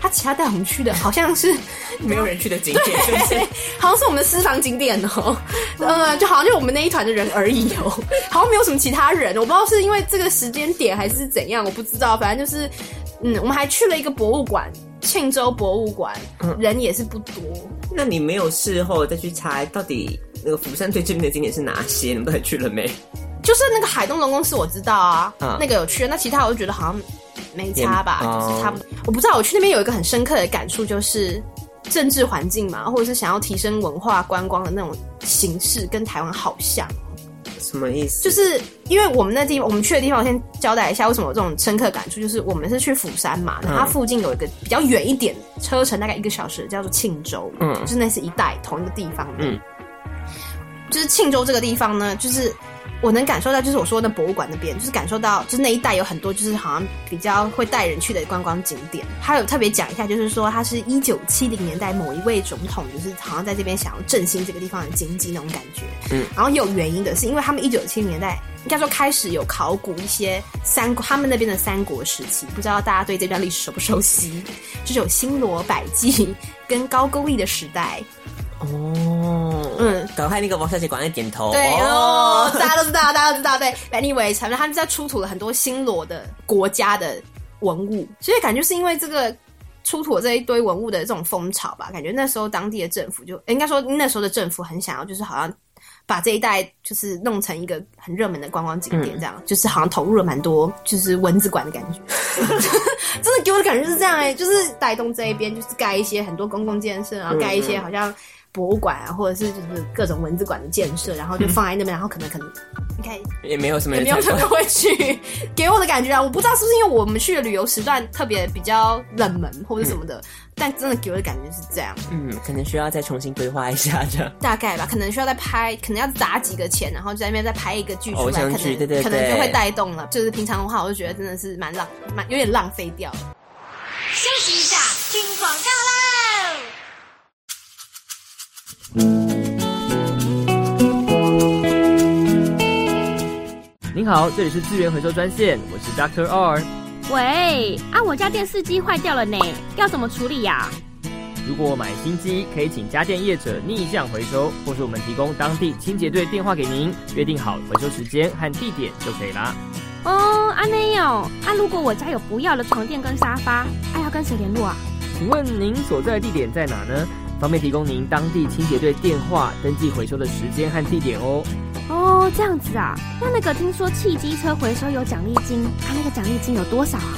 它其他带我们去的好像是
没有人去的景点，是不是？ [laughs]
好像是我们的私房景点哦， [laughs] 呃，就好像就我们那一团的人而已哦， [laughs] 好像没有什么其他人，我不知道是因为这个时间点还是怎样，我不知道，反正就是，嗯，我们还去了一个博物馆，庆州博物馆，人也是不多，
那你没有事后再去查到底那个釜山最知名的景点是哪些？你们到底去了没？
就是那个海东龙宫寺我知道啊，
嗯
那个有去，那其他我就觉得好像没差吧，
也哦
就是差不多。我不知道我去那边有一个很深刻的感触，就是政治环境嘛，或者是想要提升文化观光的那种形式，跟台湾好像。
什么意思？
就是因为我们那地方，我们去的地方，我先交代一下为什么有这种深刻感触，就是我们是去釜山嘛，
嗯
然后它附近有一个比较远一点，车程大概一个小时，叫做庆州，
嗯
就是那是一带同一个地方的，
嗯
就是庆州这个地方呢，就是我能感受到，就是我说的博物馆那边，就是感受到，就是那一带有很多就是好像比较会带人去的观光景点。他有特别讲一下，就是说他是一九七零年代某一位总统，就是好像在这边想要振兴这个地方的经济那种感觉。
嗯，
然后有原因的是，因为他们一九七零年代应该说开始有考古一些三国，他们那边的三国时期，不知道大家对这段历史熟不熟悉？就是有新罗、百济跟高句丽的时代。
哦，
嗯，
赶快那个王小姐赶快点头。
对哦，大家都知道，大家都知道。对，anyway，反正他们在出土了很多新罗的国家的文物，所以感觉是因为这个出土这一堆文物的这种风潮吧，感觉那时候当地的政府就诶应该说那时候的政府很想要，就是好像把这一带就是弄成一个很热门的观光景点，这样、就是好像投入了蛮多就是蚊子馆的感觉。真的给我的感觉就是这样哎、就是带动这一边，就是盖一些很多公共建设，然后盖一些好像博物馆啊，或者是就是各种文字馆的建设，然后就放在那边，然后可能可能应该
也嗯没有什么
也
人
没有
采
什么
[laughs] 访
人会去。给我的感觉啊，我不知道是不是因为我们去的旅游时段特别比较冷门或者什么的，但真的给我的感觉是这样，
嗯，可能需要再重新规划一下这样。
大概吧，可能需要再拍，可能要砸几个钱，然后在那边再拍一个剧出
偶
来，可
像
能
剧对对
可能就
对
会带动了。就是平常的话，我就觉得真的是蛮浪，蛮有点浪费掉了。
休息一下，听广告喽。
您好，这里是资源回收专线，我是 Doctor R。
喂，啊，我家电视机坏掉了呢，要怎么处理呀、
如果买新机，可以请家电业者逆向回收，或是我们提供当地清洁队电话给您，约定好回收时间和地点就可以啦。
哦，啊没有，啊，如果我家有不要的床垫跟沙发，啊，要跟谁联络啊？
请问您所在的地点在哪呢？方便提供您当地清洁队电话、登记回收的时间和地点哦。
哦，这样子啊，那那个听说汽机车回收有奖励金，啊，那个奖励金有多少啊？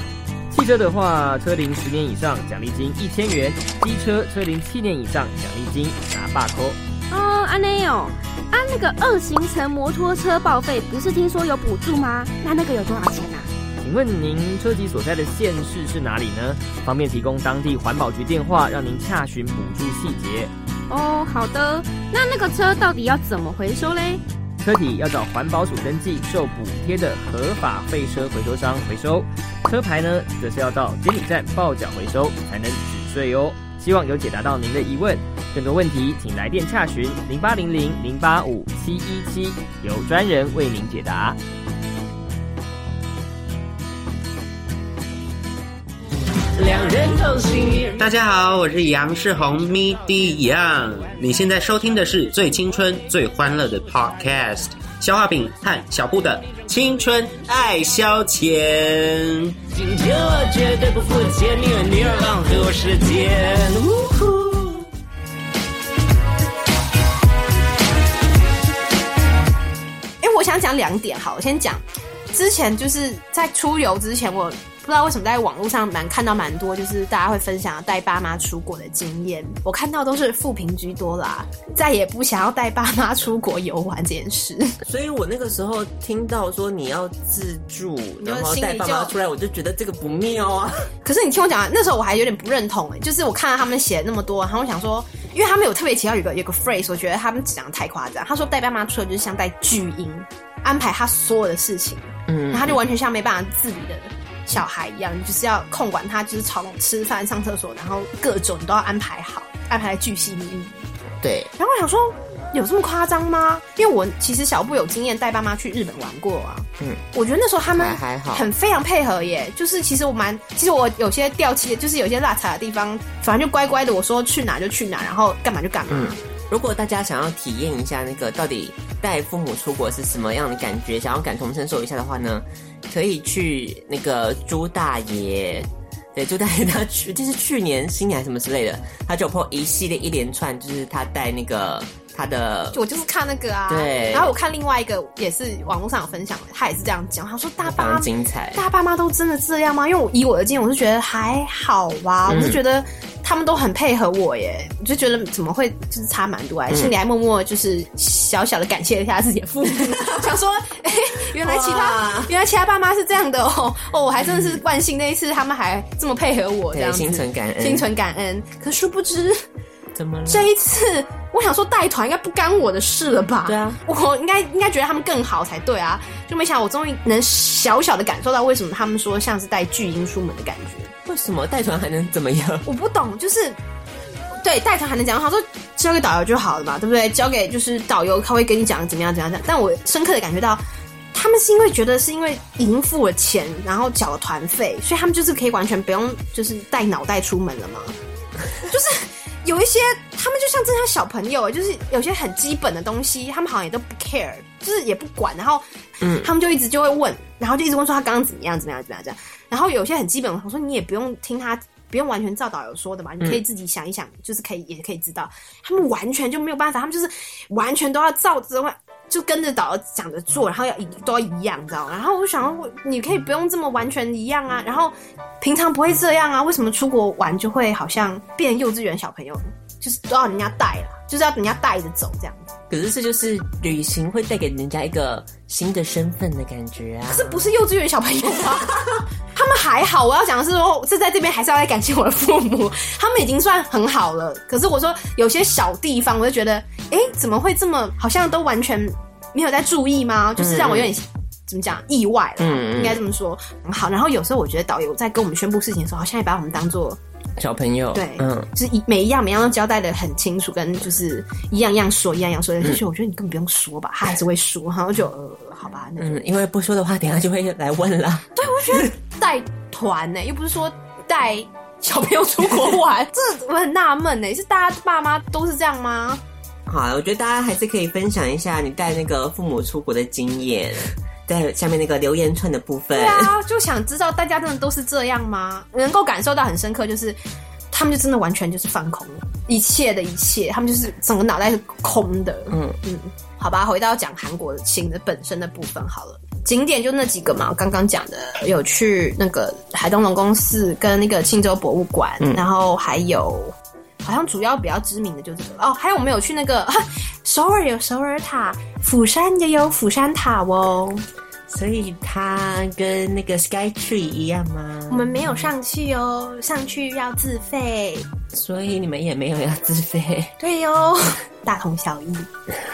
汽车的话，车龄十年以上奖励金一千元；机车车龄七年以上奖励金拿把扣。
哦，啊没有，啊，那个二行程摩托车报废不是听说有补助吗？那那个有多少钱啊？
请问您车籍所在的县市是哪里呢？方便提供当地环保局电话，让您洽询补助细节。
哦，好的，那那个车到底要怎么回收嘞？
车体要找环保署登记受补贴的合法废车回收商回收，车牌呢，则是要到监理站报缴回收才能止税哦。希望有解答到您的疑问，更多问题请来电洽询零八零零零八五七一七，由专人为您解答。
两人同行。
大家好，我是杨世宏咪迪杨。你现在收听的是最青春、最欢乐的 Podcast，消化饼和小布的青春爱消遣。
今天我绝对不付钱，你很你很浪费我时间。呜呼！
哎、我想讲两点，好，我先讲，之前就是在出游之前，我不知道为什么在网络上蛮看到蛮多，就是大家会分享带爸妈出国的经验，我看到都是负评居多啦，再也不想要带爸妈出国游玩这件事。
[laughs] 所以我那个时候听到说你要自助，
就
然后带爸
心里
妈
就
出来，我就觉得这个不妙啊。
可是你听我讲啊，那时候我还有点不认同哎、就是我看到他们写那么多，然后我想说，因为他们有特别提到有个有个 phrase，我觉得他们讲的太夸张。他说带爸妈出游就是像带巨婴，安排他所有的事情，
嗯
然后他就完全像没办法自理的小孩一样，你就是要控管他，就是吵吃饭、上厕所，然后各种你都要安排好，安排得巨细靡遗。
对，
然后我想说，有这么夸张吗？因为我其实小布有经验带爸妈去日本玩过啊。
嗯，
我觉得那时候他们
还还好
很非常配合耶。就是其实我蛮，其实我有些掉漆，就是有些落差的地方，反正就乖乖的，我说去哪就去哪，然后干嘛就干嘛。
嗯，如果大家想要体验一下那个到底带父母出国是什么样的感觉，想要感同身受一下的话呢，可以去那个朱大爷。对，朱大爷他去，就是去年新年还是什么之类的，他就有 po 一系列一连串，就是他带那个他的
我就是看那个啊，
对
然后我看另外一个也是网络上有分享的，他也是这样讲，他说大
非
爸
常精彩。
大爸妈都真的这样吗？因为我以我的经验，我是觉得还好吧，
嗯
我是觉得他们都很配合我耶，我就觉得怎么会就是差蛮多啊，
嗯
心里还默默就是小小的感谢了一下自己的父母，想说， [laughs] 哎、原来其他原来其他爸妈是这样的哦，哦，我还真的是万幸那一次他们还这么配合我，这
嗯对，
样子
心存嗯感恩，
心存感恩。可殊不知，
怎么了？
这一次，我想说带团应该不干我的事了吧？对啊，我应该应该觉得他们更好才对啊。就没想到我终于能小小的感受到为什么他们说像是带巨婴出门的感觉。
为什么带团还能怎么样？
我不懂，就是对带团还能怎样？他说交给导游就好了嘛，对不对？交给就是导游，他会跟你讲怎么样怎么样怎么样。但我深刻的感觉到，他们是因为觉得是因为已经付了钱，然后缴了团费，所以他们就是可以完全不用就是带脑袋出门了嘛。就是有一些他们就像真的像小朋友，就是有些很基本的东西，他们好像也都不 care，就是也不管，然后
嗯
他们就一直就会问，然后就一直问说他刚刚怎么样怎么样怎么样这样。然后有些很基本的，我说你也不用听他，不用完全照导游说的嘛，你可以自己想一想，就是可以也可以知道。他们完全就没有办法，他们就是完全都要照着外。就跟着导游讲着做，然后要一都要一样，你知道吗？然后我就想说，我你可以不用这么完全一样啊，然后平常不会这样啊，为什么出国玩就会好像变成幼稚园小朋友，就是都要人家带啦，就是要人家带着走这样子。
可是这就是旅行会带给人家一个新的身份的感觉啊！
可是不是幼稚园小朋友啊？ [laughs] 他们还好，我要讲的是说，这在这边还是要再感谢我的父母，他们已经算很好了。可是我说有些小地方，我就觉得，哎、怎么会这么好像都完全没有在注意吗？就是让我有点、怎么讲意外了，
嗯嗯嗯
应该这么说。好，然后有时候我觉得导游在跟我们宣布事情的时候，好像也把我们当做
小朋友，
对，
嗯，
就是一每一样每一样都交代的很清楚，跟就是一样一样说，一样一样说。
嗯
但是我觉得你根本不用说吧，他还是会说，然后就呃，好吧，那
嗯，因为不说的话，等一下就会来问啦。
对，我觉得带团呢、又不是说带小朋友出国玩， [laughs] 这我很纳闷呢，是大家爸妈都是这样吗？
好，我觉得大家还是可以分享一下你带那个父母出国的经验，在下面那个留言串的部分。
对啊，就想知道大家真的都是这样吗？能够感受到很深刻，就是他们就真的完全就是放空了，一切的一切，他们就是整个脑袋是空的。
嗯
嗯，好吧，回到讲韩国行的本身的部分好了。景点就那几个嘛，我刚刚讲的有去那个海东龙宫寺跟那个庆州博物馆，
嗯
然后还有好像主要比较知名的就这个哦，还有我们有去那个、首尔有首尔塔，釜山也有釜山塔哦。
[laughs] 所以它跟那个 Sky Tree 一样吗？
我们没有上去哦，上去要自费。
所以你们也没有要自费。
对哟、 [laughs] 大同小异。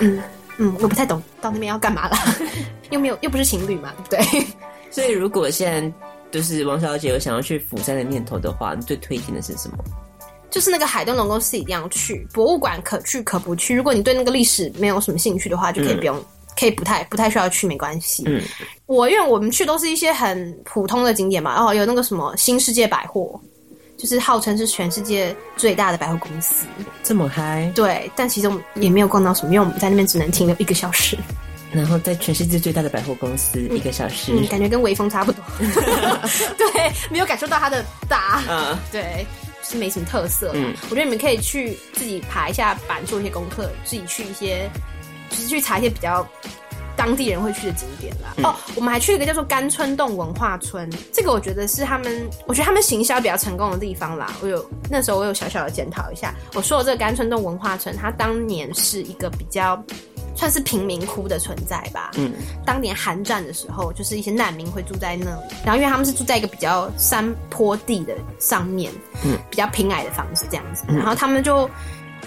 嗯嗯，我不太懂到那边要干嘛啦， [laughs] 又没有又不是情侣嘛，对 [laughs] 不对？
[laughs] 所以如果现在就是王小姐有想要去釜山的念头的话，你最推荐的是什么？
就是那个海东龙宫寺一定要去，博物馆可去可不去。如果你对那个历史没有什么兴趣的话，就可以不用，可以不太不太需要去，没关系。
嗯，
我因为我们去都是一些很普通的景点嘛，哦，有那个什么新世界百货，就是号称是全世界最大的百货公司。
这么嗨，
对，但其实我们也没有逛到什么，因为我们在那边只能停留一个小时，
然后在全世界最大的百货公司一个小时，
嗯，感觉跟微风差不多。 [laughs] 对，没有感受到它的大，
嗯
对，就是没什么特色。
嗯
我觉得你们可以去自己爬一下板，做一些功课，自己去一些，就是去查一些比较当地人会去的景点啦。
嗯
哦，我们还去了一个叫做甘村洞文化村，这个我觉得是他们，我觉得他们行销比较成功的地方啦。我有那时候我有小小的检讨一下，我说的这个甘村洞文化村，它当年是一个比较算是贫民窟的存在吧。
嗯，
当年韩战的时候，就是一些难民会住在那里，然后因为他们是住在一个比较山坡地的上面，
嗯
比较平矮的房子这样子，
嗯
然后他们就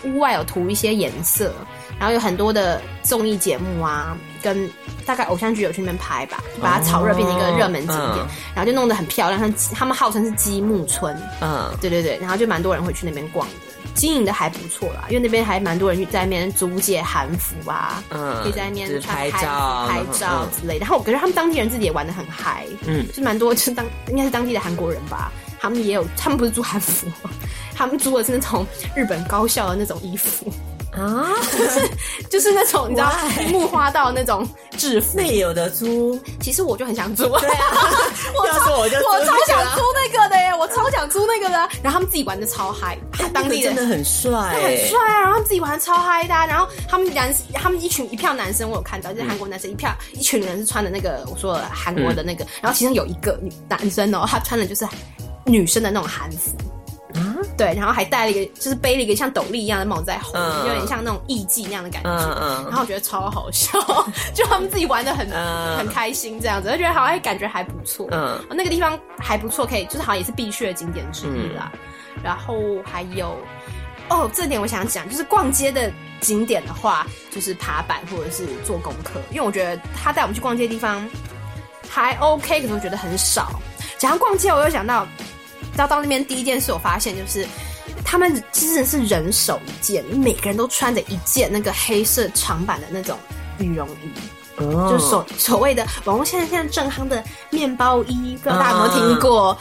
屋外有涂一些颜色，然后有很多的综艺节目啊，跟大概偶像剧有去那边拍吧，就把它炒热变成一个热门景点，
哦嗯
然后就弄得很漂亮，像他们号称是积木村，
嗯，
对对对，然后就蛮多人会去那边逛的。经营的还不错啦，因为那边还蛮多人在那边租借韩服啊，
嗯
可以在那边
就是
穿
拍
韩服
照
拍照之类的。然后我觉得他们当地人自己也玩的很嗨，
嗯
就是蛮多，就是当应该是当地的韩国人吧，他们也有，他们不是租韩服，他们租的是那种日本高校的那种衣服 [laughs]
啊， [laughs]
就是那种你知道
Why？
樱木花道那种制服，
那也有的租。
其实我就很想租，对
啊，
[laughs] 我
要是
超
我就租
我超
那个
想
啊
租那个的耶，我超想租那个的，啊然后他们自己玩的超嗨，当
哎那
地
个真的很帅
对，
欸，
很帅啊！然后他们自己玩得超嗨的啊、然后他们男，他们一群一票男生，我有看到，就是韩国男生一票一群人是穿的那个我说的韩国的那
嗯
个，然后其中有一个女男生哦，他穿的就是女生的那种韩服。
啊
对，然后还戴了一个，就是背了一个像斗笠一样的帽子在后面，
嗯
有点像那种艺妓那样的感觉。
嗯嗯
然后我觉得超好笑， [laughs] 就他们自己玩的很、很开心，这样子，我就觉得好像感觉还不错。
嗯
哦那个地方还不错，可以就是好像也是必去的景点之一啦。然后还有哦，这点我想讲，就是逛街的景点的话，就是爬板或者是做功课，因为我觉得他带我们去逛街的地方还 OK，可是我觉得很少。讲到逛街，我又想到，到到那边第一件事我发现就是。他们真的是人手一件，每个人都穿着一件那个黑色长版的那种羽绒衣，
哦
就是所所谓的网络现在现在正夯的面包衣，不知道大家有没有听过？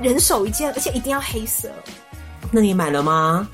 人手一件，而且一定要黑色。
那你买了吗？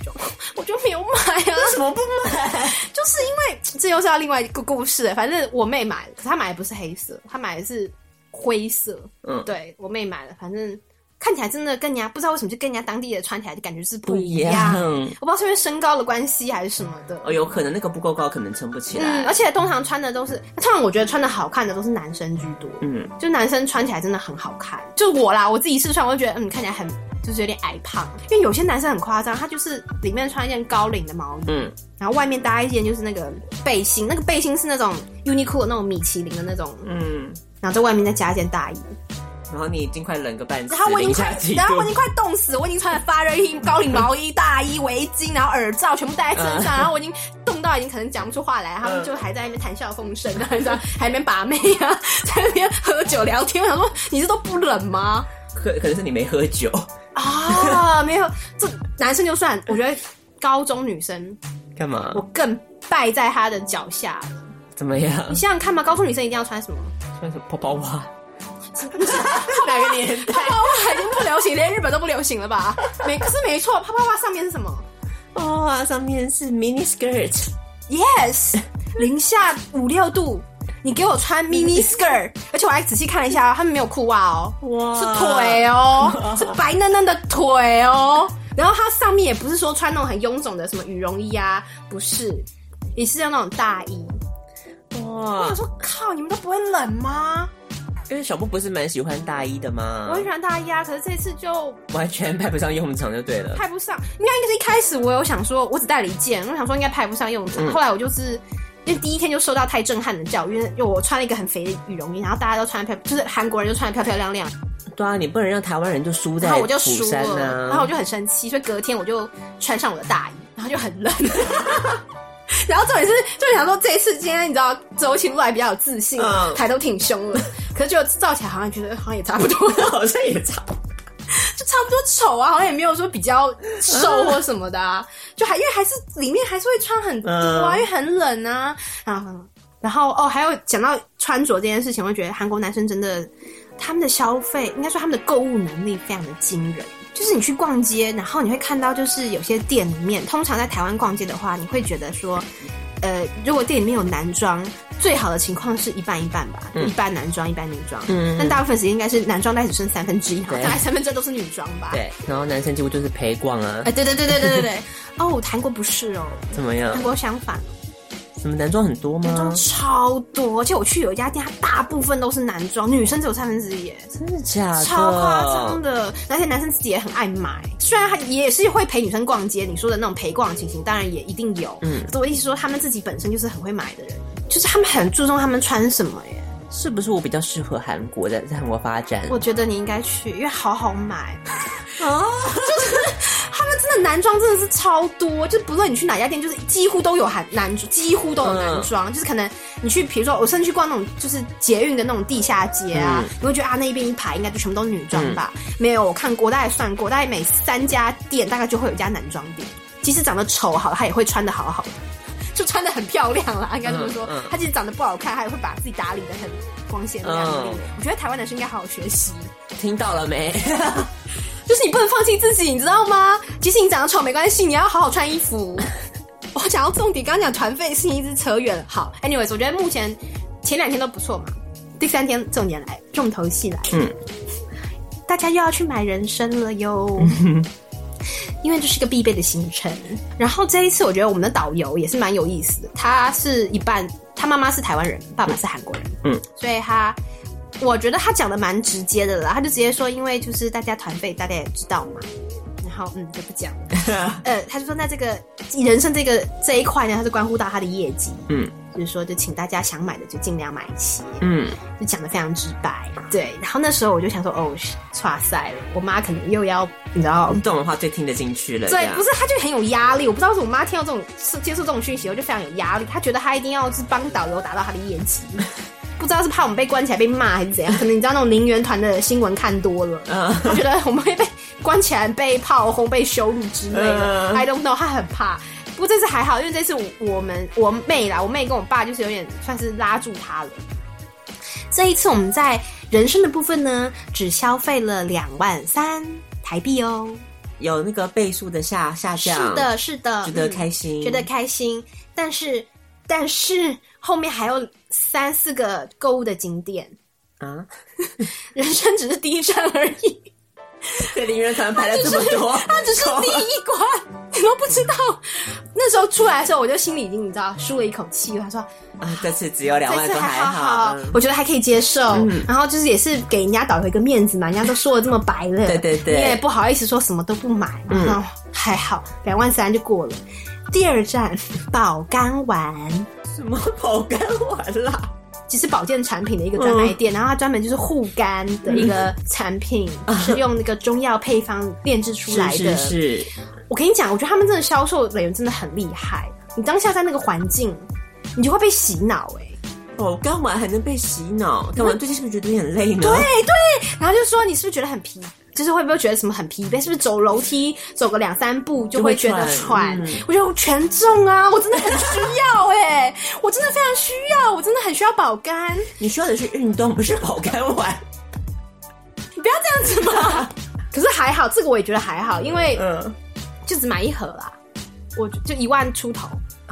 我就没有买啊！为什么不买？ [laughs] 就是因为这又是要另外一个故事了。反正我妹买了，可是她买的不是黑色，她买的是灰色。
嗯
对我妹买了，反正看起来真的跟人家不知道为什么，就跟人家当地的穿起来的感觉是不
不
一
一
样。
样，
我不知道是因为身高的关系还是什么的。
哦，有可能那个不够高，可能撑不起
嗯，
来。
而且通常穿的都是，通常我觉得穿的好看的都是男生居多。
嗯
就男生穿起来真的很好看。就我啦，我自己试穿，我就觉得嗯，看起来很就是有点矮胖，因为有些男生很夸张，他就是里面穿一件高领的毛衣，
嗯，
然后外面搭一件就是那个背心，那个背心是那种 Uniqlo 那种米其林的那种，
嗯，
然后在外面再加一件大衣，
然后你已经快冷个半死，
然后我已经
零
快
下几，
然后我已
度
经快冻死，我已经穿了发热衣、高领毛衣、大衣、围巾，然后耳罩全部戴在身上，
嗯
然后我已经冻到已经可能讲不出话来，他们就还在那边谈笑风生，然后你知道还在那边把妹啊，在那边喝酒聊天，我想说你这都不冷吗？
可可能是你没喝酒，
啊，没有，这男生就算，我觉得高中女生
干嘛
我？更败在他的脚下了。
怎么样
你？想想看嘛，高中女生一定要穿什么？
穿什么泡泡 [laughs] 袜？
哪个年代？泡泡袜已经不流行，连日本都不流行了吧？没，可是没错，泡泡袜上面是什么
哦啊，上面是 mini skirt，
？Yes，零 [laughs] 嗯下五六度，你给我穿 mini skirt，而且我还仔细看了一下、哦，他们没有裤袜哦，
哇
是腿 [laughs] 哦，是白嫩嫩的腿哦。然后它上面也不是说穿那种很臃肿的什么羽绒衣啊，不是，也是用那种大衣。我
哇
想！说，靠，你们都不会冷吗？
因为小布不是蛮喜欢大衣的吗
我？很喜欢大衣啊，可是这次就
完全派不上用场就对了。
派不上。应该是一开始我有想说，我只带了一件，我想说应该派不上用场。
嗯
后来我就是因为第一天就受到太震撼的教育，因为因为我穿了一个很肥的羽绒衣，然后大家都穿得漂，就是韩国人就穿的漂漂亮亮，
对啊，你不能让台湾人就输在
然后我就
釜
输
山
了，
啊。
然后我就很生气，所以隔天我就穿上我的大衣，然后就很冷。 [laughs] 然后重点是，就想说这一次今天你知道走起路来比较有自信，
嗯
抬头挺胸了，可是就照起来好像觉得好像也差不
[laughs]
多，
好像也差不多
就差不多丑啊，好像也没有说比较
嗯
瘦或什么的啊，就还因为还是里面还是会穿很多啊，
嗯
因为很冷啊啊。然后哦，还有讲到穿着这件事情，我觉得韩国男生真的他们的消费，应该说他们的购物能力非常的惊人。就是你去逛街，然后你会看到，就是有些店里面，通常在台湾逛街的话，你会觉得说，呃，如果店里面有男装，最好的情况是一半一半吧，
嗯
一半男装，一半女装。
嗯
但大部分时间应该是男装大概只剩三分之一，好像
对
大概三分之二都是女装吧。。
对，然后男生几乎就是陪逛啊
哎，，对对对对对对 [laughs] 对。哦，韩国不是哦，
怎么样
韩？国相反，
什么男装很多
男装
吗？
超多，而且我去有一家店，它大部分都是男装，女生只有三分之一耶，
真的假的？
超夸张！的。而且男生自己也很爱买，虽然他也是会陪女生逛街，你说的那种陪逛的情形，当然也一定有。
嗯
可是我意思说，他们自己本身就是很会买的人，就是他们很注重他们穿什么耶。
是不是我比较适合韩国，在在韩国发展？
我觉得你应该去，因为好好买，
啊，
就是 [laughs] 他们真的男装真的是超多，就是不论你去哪家店，就是几乎都有韩男，几乎都有
嗯
男装。就是可能你去，比如说我甚至去逛那种就是捷运的那种地下街啊，
嗯
你会觉得啊那一边一排应该就全部都是女装吧？没有，我看过，大概算过，大概每三家店大概就会有一家男装店。即使长得丑好了，他也会穿的好好的，就穿的很漂亮啦，应该这么说。
嗯嗯
他即使长得不好看，他也会把自己打理的很光鲜亮丽。
嗯
我觉得台湾男生应该好好学习。
听到了没？
就是你不能放弃自己，你知道吗？即使你长得丑没关系，你要好好穿衣服。我讲到重点，刚刚讲团费事情一直扯远了。好，anyways，我觉得目前前两天都不错嘛，第三天重点来，重头戏来，
嗯，
大家又要去买人参了哟。因为这是一个必备的行程。然后这一次，我觉得我们的导游也是蛮有意思的，他是一半，他妈妈是台湾人，爸爸是韩国人，
嗯，
所以他，我觉得他讲的蛮直接的啦，他就直接说，因为就是大家团费，大家也知道嘛。然后，嗯，就不讲了。呃，他就说，那这个人生这个这一块呢，它是关乎到他的业绩，
嗯
就是说，就请大家想买的就尽量买齐，
嗯，
就讲的非常直白。对，然后那时候我就想说，哦，哇塞了，我妈可能又要你知道，
懂的话最听得进去了。这
对，
样
不是，他就很有压力。我不知道为什么我妈听到这种是接受这种讯息，我就非常有压力。她觉得她一定要是帮导游达到她的业 [laughs] 绩，不知道是怕我们被关起来被骂还是怎样。可能你知道那种零元团的新闻看多了，她觉得我们会被关起来、被炮轰、被羞辱之类的。
嗯
I don't know，她很怕。不过这次还好，因为这次我我们我妹啦，我妹跟我爸就是有点算是拉住她了。这一次我们在人生的部分呢，只消费了两万三台币哦。
有那个倍数的下下降。
是的，是的，
觉得
嗯
开心
觉得开心。但是，但是后面还有三四个购物的景点， [laughs]
啊，
人生只是第一站而已。
这零元团排了这么
[laughs]
多，
它 [laughs]
[laughs]
啊只是第一关，你都不知道。 [laughs] 那时候出来的时候，我就心里已经你知道舒了一口气了。他说
啊，这次只有两万
这
多
次还
好
好，，嗯我觉得还可以接受。
嗯
然后就是也是给人家导游一个面子嘛，人家都说的这么白 [laughs] 了，
对对对
你也不好意思说什么都不买，
嗯
嗯，还好两万三就过了。第二站宝肝丸，
什么保肝丸啦？
就是保健产品的一个专
嗯
卖店，然后它专门就是护肝的一个产品，是用那个中药配方炼制出来的。
嗯 [laughs] 是是是，
我跟你讲，我觉得他们真的销售人员真的很厉害。你当下在那个环境，你就会被洗脑哎、
保肝丸还能被洗脑？干嘛最近是不是觉得有点累呢？
嗯对对，然后就说你是不是觉得很疲？就是会不会觉得什么很疲惫？是不是走楼梯走个两三步就会觉得
就会
喘
喘？嗯
我觉得我全中啊！我真的很需要哎、我真的非常需要，我真的很需要保肝。
你需要的是运动，不是保肝丸。
你不要这样子
[laughs]
嘛！可是还好，这个我也觉得还好，因为
嗯，
就只买一盒啦，我就一万出头，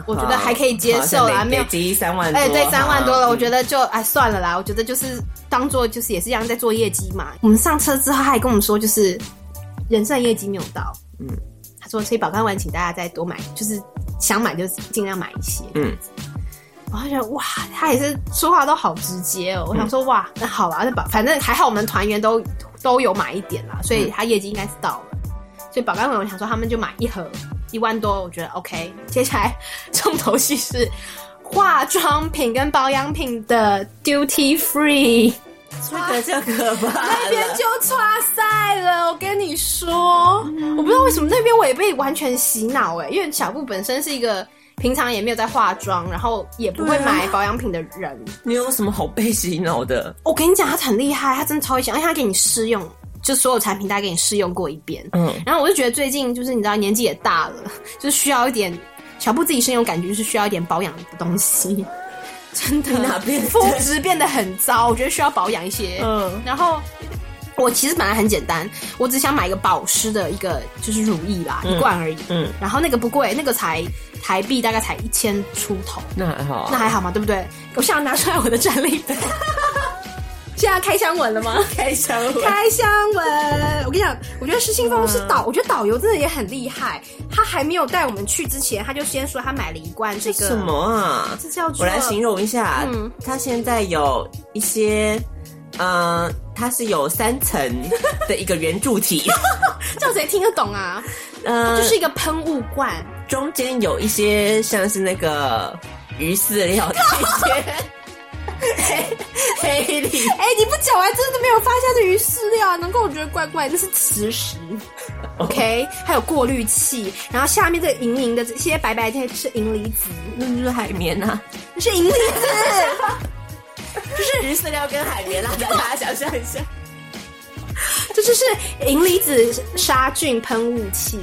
我觉得还可以接受
啊好
啦，
像累
没有
累积三万多，
哎、对，三万多了，
哈嗯
我觉得就哎算了啦，我觉得就是当做就是也是一样在做业绩嘛。我们上车之后，他还跟我们说，就是人算业绩没有到，
嗯
他说所以保肝丸请大家再多买，就是想买就尽量买一些。
嗯，
我就觉得哇，他也是说话都好直接哦。我想
嗯
说哇，那好啊啦，那保反正还好我们团员都都有买一点啦，所
嗯
以他业绩应该是到了。所以保肝丸我想说他们就买一盒一万多，我觉得 OK。接下来 [laughs] 重头戏是化妆品跟保养品的 duty free。
这个就可怕了，
啊那边就差赛了，我跟你说，我不知道为什么那边我也被完全洗脑哎、因为小布本身是一个平常也没有在化妆，然后也不会
对啊
买保养品的人。
你有什么好被洗脑的？
我跟你讲，他很厉害，他真的超级强，而且他给你试用，就所有产品他给你试用过一遍。
嗯
然后我就觉得最近就是你知道年纪也大了，就是需要一点小布自己深有感觉，就是需要一点保养的东西。 [laughs] 真的，
哪边
肤质变得很糟，我觉得需要保养一些。
嗯，
然后我其实本来很简单，我只想买一个保湿的一个就是乳液啦，
嗯
一罐而已。
嗯，
然后那个不贵，那个才台币大概才一千出头。
那还好啊，
那还好嘛，对不对？我现在拿出来我的战
[laughs]
利品，现在开箱文了吗？
开箱文
开箱文，我跟你讲，我觉得失心疯是导，
嗯
我觉得导游真的也很厉害。他还没有带我们去之前，他就先说他买了一罐这个
什么啊？
这叫做
我来形容一下，
嗯
它现在有一些，嗯、它是有三层的一个圆柱
[laughs]
体，
叫谁听得懂啊？
嗯、
就是一个喷雾罐，
中间有一些像是那个鱼饲料的一些 [laughs] 黑里，
哎、你不讲，我还真的没有发现这鱼饲料，啊能够我觉得怪怪，那是磁石。OK，还
哦
有过滤器，然后下面这个银银的这些白白的是银离子，那就是海绵
啊
[laughs] 呐、那是银离子。
就是鱼饲料跟海绵
啊
啦，大家想象一下。
这就是银离子杀菌喷雾器。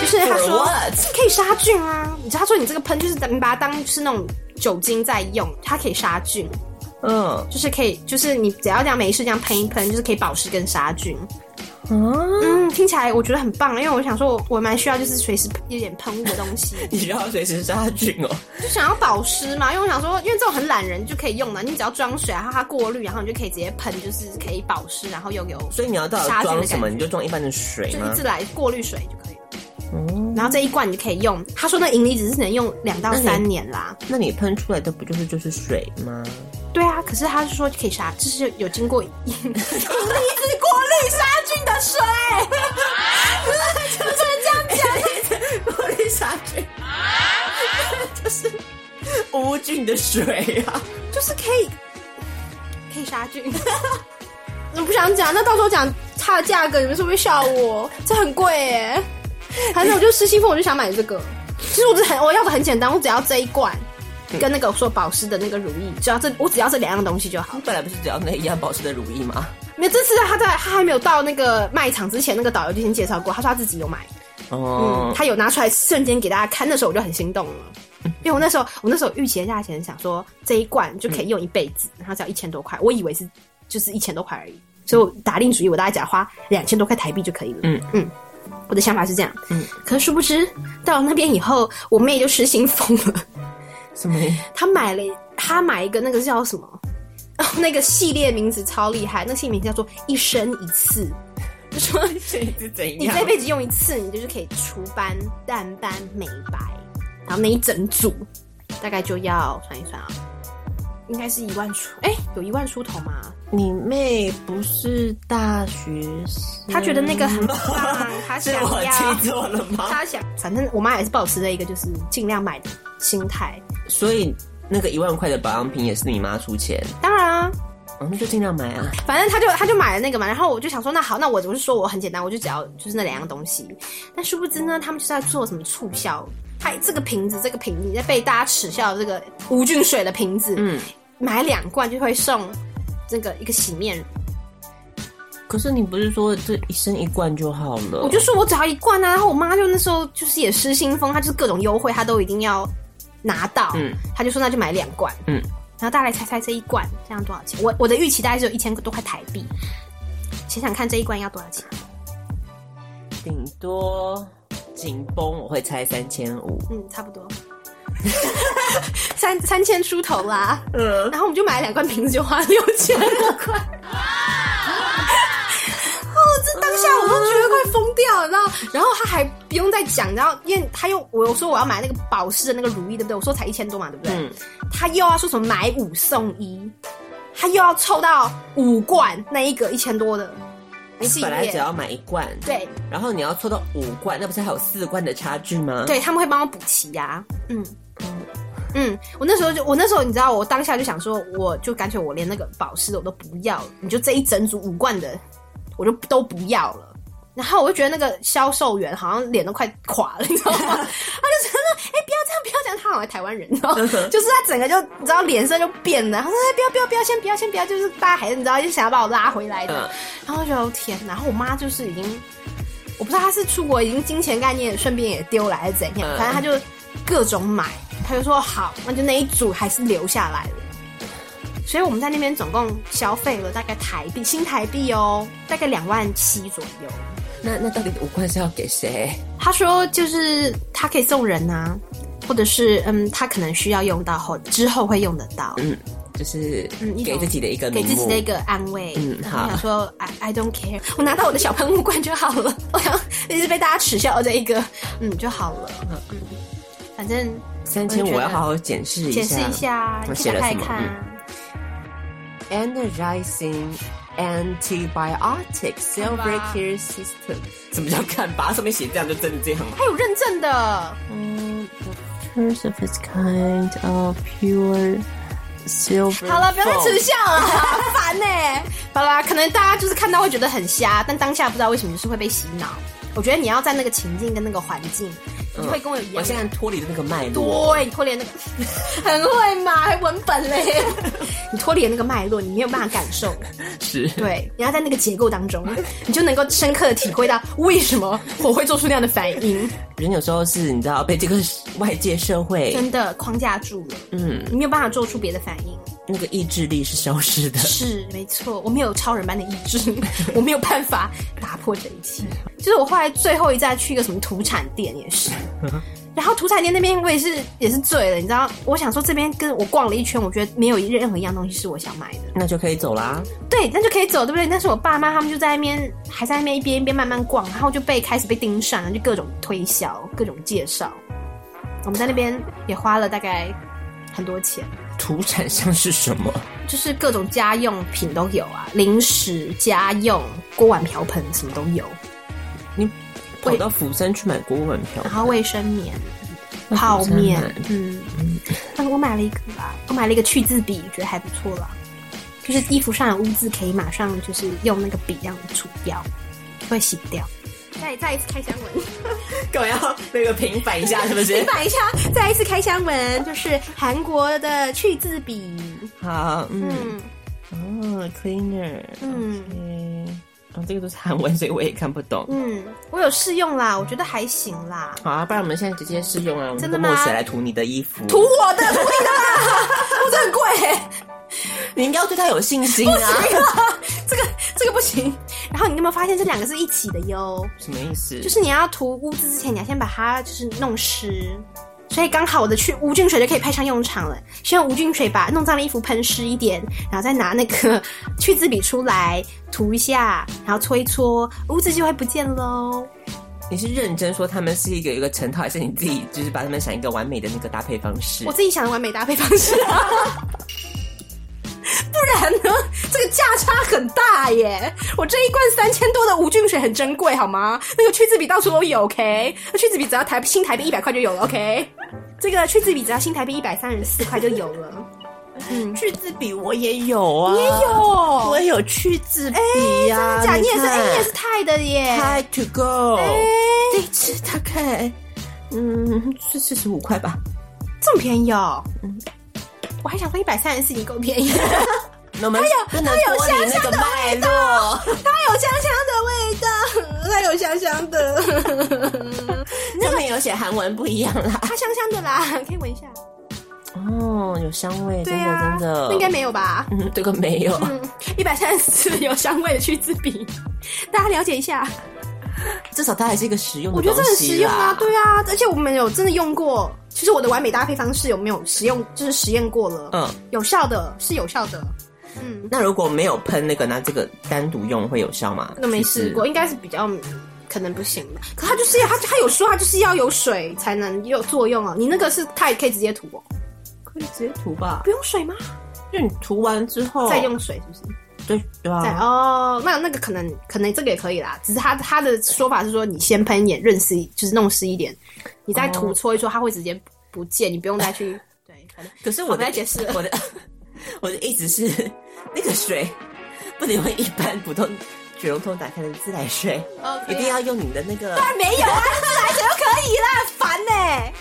就是他
For
说
what？
这可以杀菌啊，你知道他说你这个喷就是你把它当是那种酒精在用，它可以杀菌。
嗯，
就是可以，就是你只要这样没事这样喷一喷，就是可以保湿跟杀菌。嗯，听起来我觉得很棒，因为我想说我我蛮需要就是随时一点喷雾的东西，
你需要随时杀菌哦。
就想要保湿嘛。因为我想说，因为这种很懒人就可以用的，你只要装水，然后它过滤，然后你就可以直接喷，就是可以保湿，然后又有
所以你要到
杀
底
菌
装
的感
什么？
觉
你就装一般的水
就
吗哦
一？直来过滤水就可以了。然后这一罐你就可以用，他说那银离子是能用两到
那你
三年啦。
那你喷出来的不就是就是水吗？
对啊，可是他是说可以杀，就是有经过银 [laughs] 银离子过滤杀菌的水， [laughs] 不能这样讲。 [laughs]
过滤杀菌，就是无菌的水啊。 [laughs]
就是可以可以杀菌。 [laughs] 我不想讲，那到时候讲它的价格，你们是不是会笑我？这很贵耶！还是我就失心疯，我就想买这个。其实我只很我要的很简单，我只要这一罐跟那个说保湿的那个乳液，只要这我只要这两样东西就好。
本来不是只要那一样保湿的乳液吗？
没有，这次他在他还没有到那个卖场之前，那个导游就先介绍过，他说他自己有买，
哦
嗯，，他有拿出来瞬间给大家看，那时候我就很心动
[laughs]
了。因为我那时候，我那时候预期的价钱想说这一罐就可以用一辈子，然后只要一千多块，我以为是就是一千多块而已，所以我打定主意，我大概只要花两千多块台币就可以了。
嗯
嗯，我的想法是这样，
嗯，
可是殊不知到了那边以后，我妹就失心疯了，
什么？
她买了她买一个那个叫什么， [laughs] 哦那个系列名字超厉害，那系列名字叫做一生一次，就说
水是怎样？
你这辈子用一次，你就是可以除斑、淡斑、美白，然后那一整组大概就要算一算啊，应该是一万出，哎、有一万出头吗？
你妹不是大学生？
她觉得那个很棒，她
嗯是
想
我
要
记，错了吗？
她想，反正我妈也是保持着一个就是尽量买的心态。
所以那个一万块的保养品也是你妈出钱，
当然啊，
我哦们就尽量买啊。
反正她就她就买了那个嘛，然后我就想说，那好，那我我就说我很简单，我就只要就是那两样东西。但殊不知呢，他们就是在做什么促销。还这个瓶子，这个瓶子在被大家耻笑，这个无菌水的瓶子，
嗯，
买两罐就会送这个一个洗面乳。
可是你不是说这一生一罐就好了？
我就说我只要一罐啊，然后我妈就那时候就是也失心疯，她就是各种优惠她都一定要拿到，
嗯
她就说那就买两罐，
嗯，
然后大家来猜猜这一罐这样多少钱？我我的预期大概只有一千多块台币，想想看这一罐要多少钱？
顶多紧绷，我会猜三千五。
嗯，差不多。三三千出头啦，
嗯，
然后我们就买了两罐瓶子，就花六千多块。哦，这当下我都觉得快疯掉了，然后，然后他还不用再讲，然后因为他又我说我要买那个保湿的那个乳液，对不对？我说才一千多嘛，对不对？
嗯
他又要说什么买五送一，他又要凑到五罐那一个一千多的
你
系
本来只
列，
要买一罐，
对
然后你要凑到五罐，那不是还有四罐的差距吗？
对，，他们会帮我补齐呀、嗯。嗯，我那时候就，我那时候你知道，我当下就想说，我就干脆我连那个保湿的我都不要了，你就这一整组五罐的，我就都不要了。然后我就觉得那个销售员好像脸都快垮了，你知道吗？他就觉得，哎、不要这样，不要这样，他好像台湾人，你知道吗，就是他整个就，你知道脸色就变了，他说，哎，不要，不要，不要，先不要，先不要，就是大家还是你知道，就想要把我拉回来的。然后我就觉得天哪，然后我妈就是已经，我不知道她是出国已经金钱概念顺便也丢了还是怎样，
嗯
反正她就各种买，她就说好，那就那一组还是留下来了。所以我们在那边总共消费了大概台币新台币哦，大概两万七左右。
那那到底五罐是要给谁？
她说就是她可以送人啊，或者是嗯，她可能需要用到后之后会用得到。
嗯，就是
嗯一
给
种
自己的一个
给
名目
自己的一个安慰。
嗯
然
好
后我想说 I I don't care，我拿到我的小喷雾罐就好了。 [laughs] 我想也是被大家耻笑的一个，嗯，就好了。嗯，反正
三千五，
我就觉
我
得
要好好检视一下。
解释一下，
我
你可
写
以
了
打开
什么？嗯
来看啊。
energizing antibiotic silver care system。什么叫看吧？上面写这样就真的这样吗？
它有认证的，
嗯 First of its kind of pure
silver。
嗯好了，不要再取笑了，好烦呢、好啦，可能大家就是看到会觉得很瞎，但当下不知道为什么就是会被洗脑。我觉得你要在那个情境跟那个环境，你会跟我一
我
样。
现在脱离了那个脉络，
对，你脱离了那个，很会嘛，还文本嘞。你脱离了那个脉络，你没有办法感受。
是，
对，你要在那个结构当中，你就能够深刻的体会到为什么我会做出那样的反应。
人有时候是你知道被这个外界社会，
真的框架住了，
嗯，
你没有办法做出别的反应。
那个意志力是消失 [laughs] 的。
是没错，我没有超人般的意志， [laughs] 我没有办法打破这一切。就是我后来最后一站去一个什么土产店也是，然后土产店那边我也是也是醉了，你知道，我想说这边跟我逛了一圈，我觉得没有任何一样东西是我想买的。
那就可以走啦。
对，那就可以走，对不对？但是我爸妈他们就在那边，还在那边一边一边慢慢逛，然后就被开始被盯上，然后就各种推销，各种介绍。我们在那边也花了大概很多钱，
土产像是什么？
就是各种家用品都有啊，零食、家用、锅碗瓢盆什么都有，
跑到釜山去买锅碗瓢
然后卫生棉、
那釜山
泡面
买，
嗯，但我买了一个吧，我买了一个去渍笔，觉得还不错啦，就是衣服上有污渍可以马上就是用那个笔这样除掉，会洗掉。再再一次开箱 [laughs] 文，
狗要那个平反一下，是不是？
平反一下，再一次开箱文，就是韩国的去渍笔，
好，嗯，
嗯
哦，cleaner，
嗯
哦，这个都是韩文，所以我也看不懂。
嗯，我有试用啦，我觉得还行啦。
好啊，不然我们现在直接试用啊，我们
真
的
的吗
墨水来涂你的衣服，
涂我的，涂你的啦，我这很贵、
你应该要对他有信心 [laughs]
不
啊。
行啊，这个这个不行。然后你有没有发现这两个是一起的哟？
什么意思？
就是你要涂污渍之前，你要先把它就是弄湿。所以刚好我的去无菌水就可以派上用场了。先用无菌水把弄脏的衣服喷湿一点，然后再拿那个 [laughs] 去渍笔出来涂一下，然后搓一搓，污渍就会不见喽。
你是认真说他们是一个有一个成套，还是你自己就是把他们想一个完美的那个搭配方式？
我自己想的完美搭配方式啊。 [laughs] 不然呢？这个价差很大耶！我这一罐三千多的无菌水很珍贵，好吗？那个去渍笔到处都有，OK？那去渍笔只要台新台币一百块就有了，OK？这个去渍笔只要新台币一百三十四块就有了。嗯，
去字笔我也有啊，
也有
我也有去字笔
哦哎、
呀、啊
真的假？你也是，
看
哎、你也是泰的耶！
Hi to go，、
哎
这一次大概嗯是四十五块吧。
这么便宜哦！嗯，我还想说一百三十四已经够便宜了。
那我们
它
不
有
能
它有
脱离
香
那
香
个
的
脉
味道
络。
[laughs] 它有香香的味道，它有香香的， [laughs]
上面有写韩文不一样啦。
它香香的啦，可以闻一下。
哦，有香味，
对
真的
啊
真的，
那应该没有吧？ [laughs]
嗯， [laughs] 这个没有。
嗯，一百三十四有香味的去渍笔，大家了解一下。
至少它还是一个实用的
我觉得这很
东西
实用啊
啦，
对啊，而且我们有真的用过。其实我的完美搭配方式有没有实用，就是实验过了，
嗯，
有效的，是有效的。嗯，
那如果没有喷那个，那这个单独用会有效吗？
那没
就是
试过，应该是比较可能不行吧。可它就是要它它有说它就是要有水才能有作用哦。你那个是它也可以直接涂哦，
可以直接涂吧
不，用水吗？
就你涂完之后
再用水是不是？
对对
在
啊，
哦，那那个可能可能这个也可以啦，只是他他的说法是说你先喷一点，润湿一，就是弄湿一点，你再涂
哦
搓一搓，它会直接不见，你不用再去对。反正
可是我
不
的
要解释了
[laughs] 我的我的意思是， [laughs] 那个水不能用一般普通水龙头打开的自来水，
哦可以啊
一定要用你的那
[laughs]
个
当。然没有啊，自来水就可以啦，烦呢、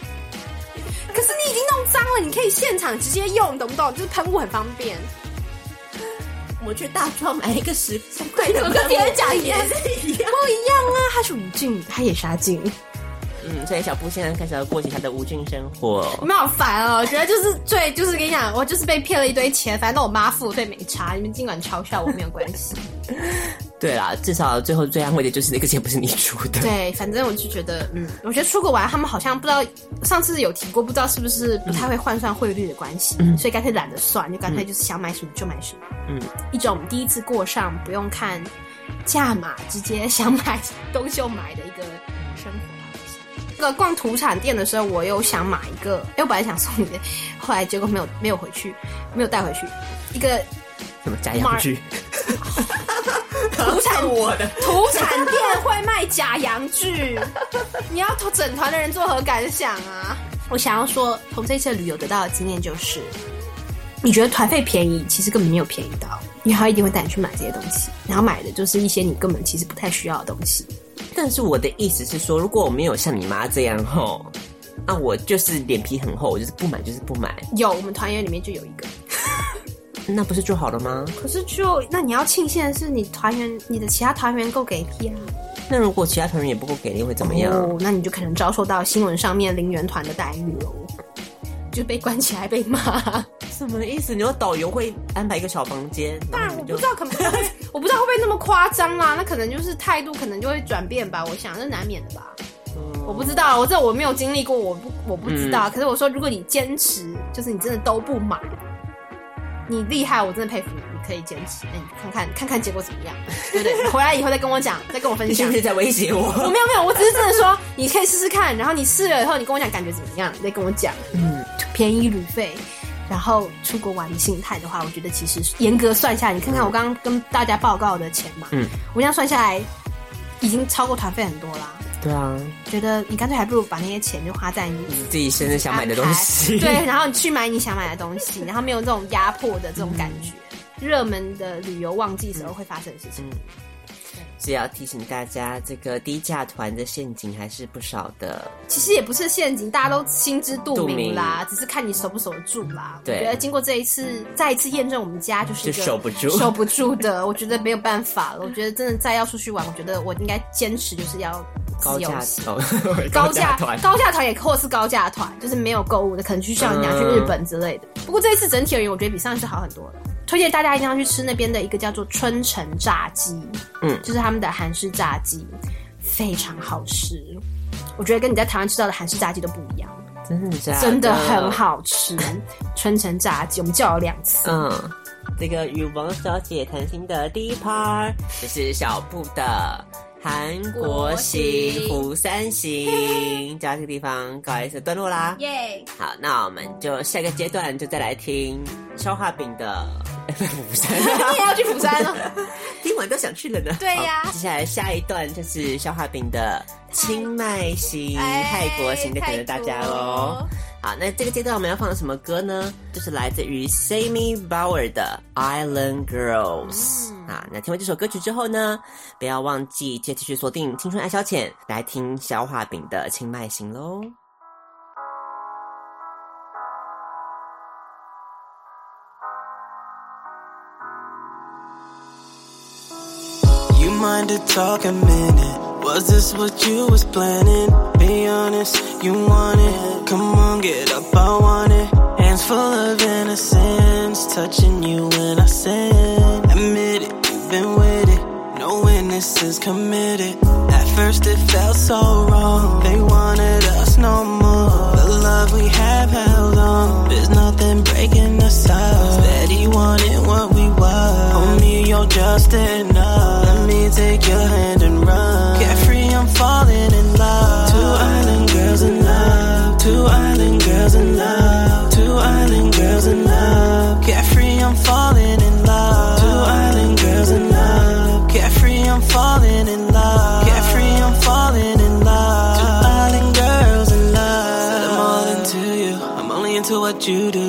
可是你已经弄脏了，你可以现场直接用，懂不懂？就是喷雾很方便。
我去大庄买一个十块
对，怎么跟别人讲一样？
也是一样。
不一样啊，它是无菌，它也杀菌。
嗯，所以小布现在开始要过起他的无菌生活。
你们好烦哦！我觉得就是最就是跟你讲，我就是被骗了一堆钱，反正都我妈付，所以没差。你们尽管嘲笑我没有关系。
对啦，至少最后最安慰的就是那个钱不是你出的。
对，反正我就觉得，嗯，我觉得出国玩他们好像不知道，上次有提过，不知道是不是不太会换算汇率的关系，
嗯
所以干脆懒得算，就干脆就是想买什么就买什么，
嗯，
一种第一次过上不用看价码，直接想买东西就买的一个生活。那个逛土产店的时候，我有想买一个，哎，我本来想送你的，后来结果没有没有回去，没有带回去，一个
什么假洋具？
[laughs] 土 [laughs] 产
我的
土产店会卖假洋 [laughs] 具，你要同整团的人作何感想啊？我想要说，从这次旅游得到的经验就是，你觉得团费便宜，其实根本没有便宜到，因为他一定会带你去买这些东西，然后买的就是一些你根本其实不太需要的东西。
但是我的意思是说，如果我没有像你妈这样吼，那我就是脸皮很厚，我就是不买就是不买，
有，我们团员里面就有一个。
那不是就好了吗？
可是就那你要庆幸的是，你团员你的其他团员够给力啊。
那如果其他团员也不够给力，会怎么样？
哦，那你就可能遭受到新闻上面零元团的待遇喽，就被关起来被骂。
什么意思？你说导游会安排一个小房间，然后
我
你
不
就
知道可能会不会，我不知道会不会那么夸张啊？那可能就是态度可能就会转变吧，我想这是难免的吧。我不知道，我这我没有经历过，我不我不知道。
嗯
可是我说，如果你坚持，就是你真的都不买，你厉害，我真的佩服你，你可以坚持。哎那你看看看看结果怎么样，对不对？回来以后再跟我讲，再跟我分
你是
享。
[laughs] 不是在威胁我
[laughs] 我没有没有，我只是真的说，你可以试试看，然后你试了以后，你跟我讲感觉怎么样，你再跟我讲。
嗯，
便宜旅费，然后出国玩的心态的话，我觉得其实严格算下来，你看看我刚刚跟大家报告的钱嘛，
嗯，
我这样算下来已经超过团费很多啦。
对啊，
觉得你干脆还不如把那些钱就花在你
自己甚至嗯想买的东西，
对，然后你去买你想买的东西，然后没有这种压迫的这种感觉。
嗯
热门的旅游旺季时候会发生的事情，
[laughs] 是要提醒大家，这个低价团的陷阱还是不少的。
其实也不是陷阱，大家都心知肚明啦，
嗯肚
只是看你守不守得住啦。
对嗯
我觉得经过这一次再一次验证，我们家就是一个
就守不住
[laughs] 守不住的。我觉得没有办法了，我觉得真的再要出去玩，我觉得我应该坚持就是要
高
自由
价
行
团， [laughs]
高
价
价
团，
高价团也或是高价团，就是没有购物的，可能去像人家去日本之类的。不过这一次整体而言，我觉得比上一次好很多了。推荐大家一定要去吃那边的一个叫做春城炸鸡，
嗯
就是他们的韩式炸鸡，非常好吃。我觉得跟你在台湾吃到的韩式炸鸡都不一样，
真的假的？
真的很。
[laughs]
好吃。春城炸鸡，我们叫了两次。
嗯，这个与王小姐谈心的第一 part，这是小布的韩国行、釜山行，讲到这个地方告一次段落啦。
耶！
好，那我们就下个阶段就再来听消化饼的釜山，
你 [laughs] 也要去釜山
[laughs]
哦，
听完都想去了呢。
对呀
好接下来下一段就是消化饼的清迈行、泰国行
哎
的，等着大家喽。好，那这个阶段我们要放什么歌呢？就是来自于 Sammy Bauer 的《Island Girls》啊。那听完这首歌曲之后呢，不要忘记接继续锁定《青春爱消遣》，来听消化饼的清迈行喽。
You mind to talk a minute? Was this what you was planning? Be honest, you want it. Come on, get up, I want it. Hands full of innocence, touching you when I sin. Admit it, you've been with it. No witness is committed. At first it felt so wrong. They wanted us no more. The love we have held on. There's nothing breaking us up. Steady wanted what we was. Homie, you're just enough. Let me take your hand and run. Carefree, I'm falling in love. Two island girls in love. Two island girls in love. Two island girls in love. Carefree, I'm falling in love. Two island girls in love. Carefree, I'm falling in love. Carefree, I'm falling in love. Two island girls in love. Said I'm all into you. I'm only into what you do.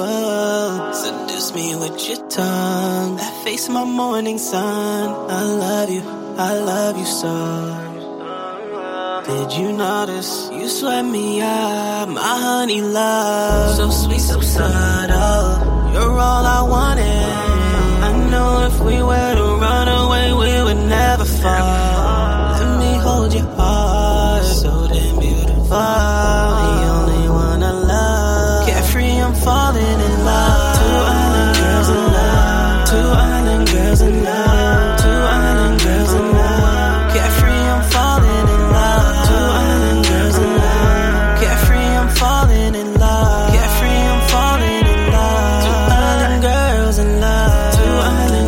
Oh, seduce me with your tongue. That face, my morning sun. I love you. I love you so. Did you notice? You sweat me up, my honey love. So sweet, so subtle. You're all I wanted. I know if we were to run away, we would never fall. Let me hold your heart. So damn beautiful. The only one I love. Carefree, I'm falling in love. Two island girls in love. Two island girls in love. Two island girls in love. Carefree, I'm falling in love. Two island girls in love. Carefree, I'm falling in love. Carefree, I'm falling in love. Two island girls in love.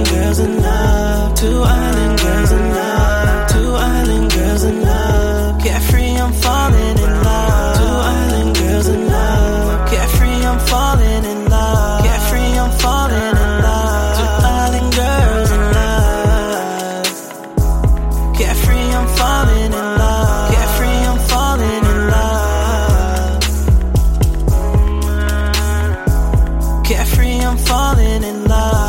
falling in love.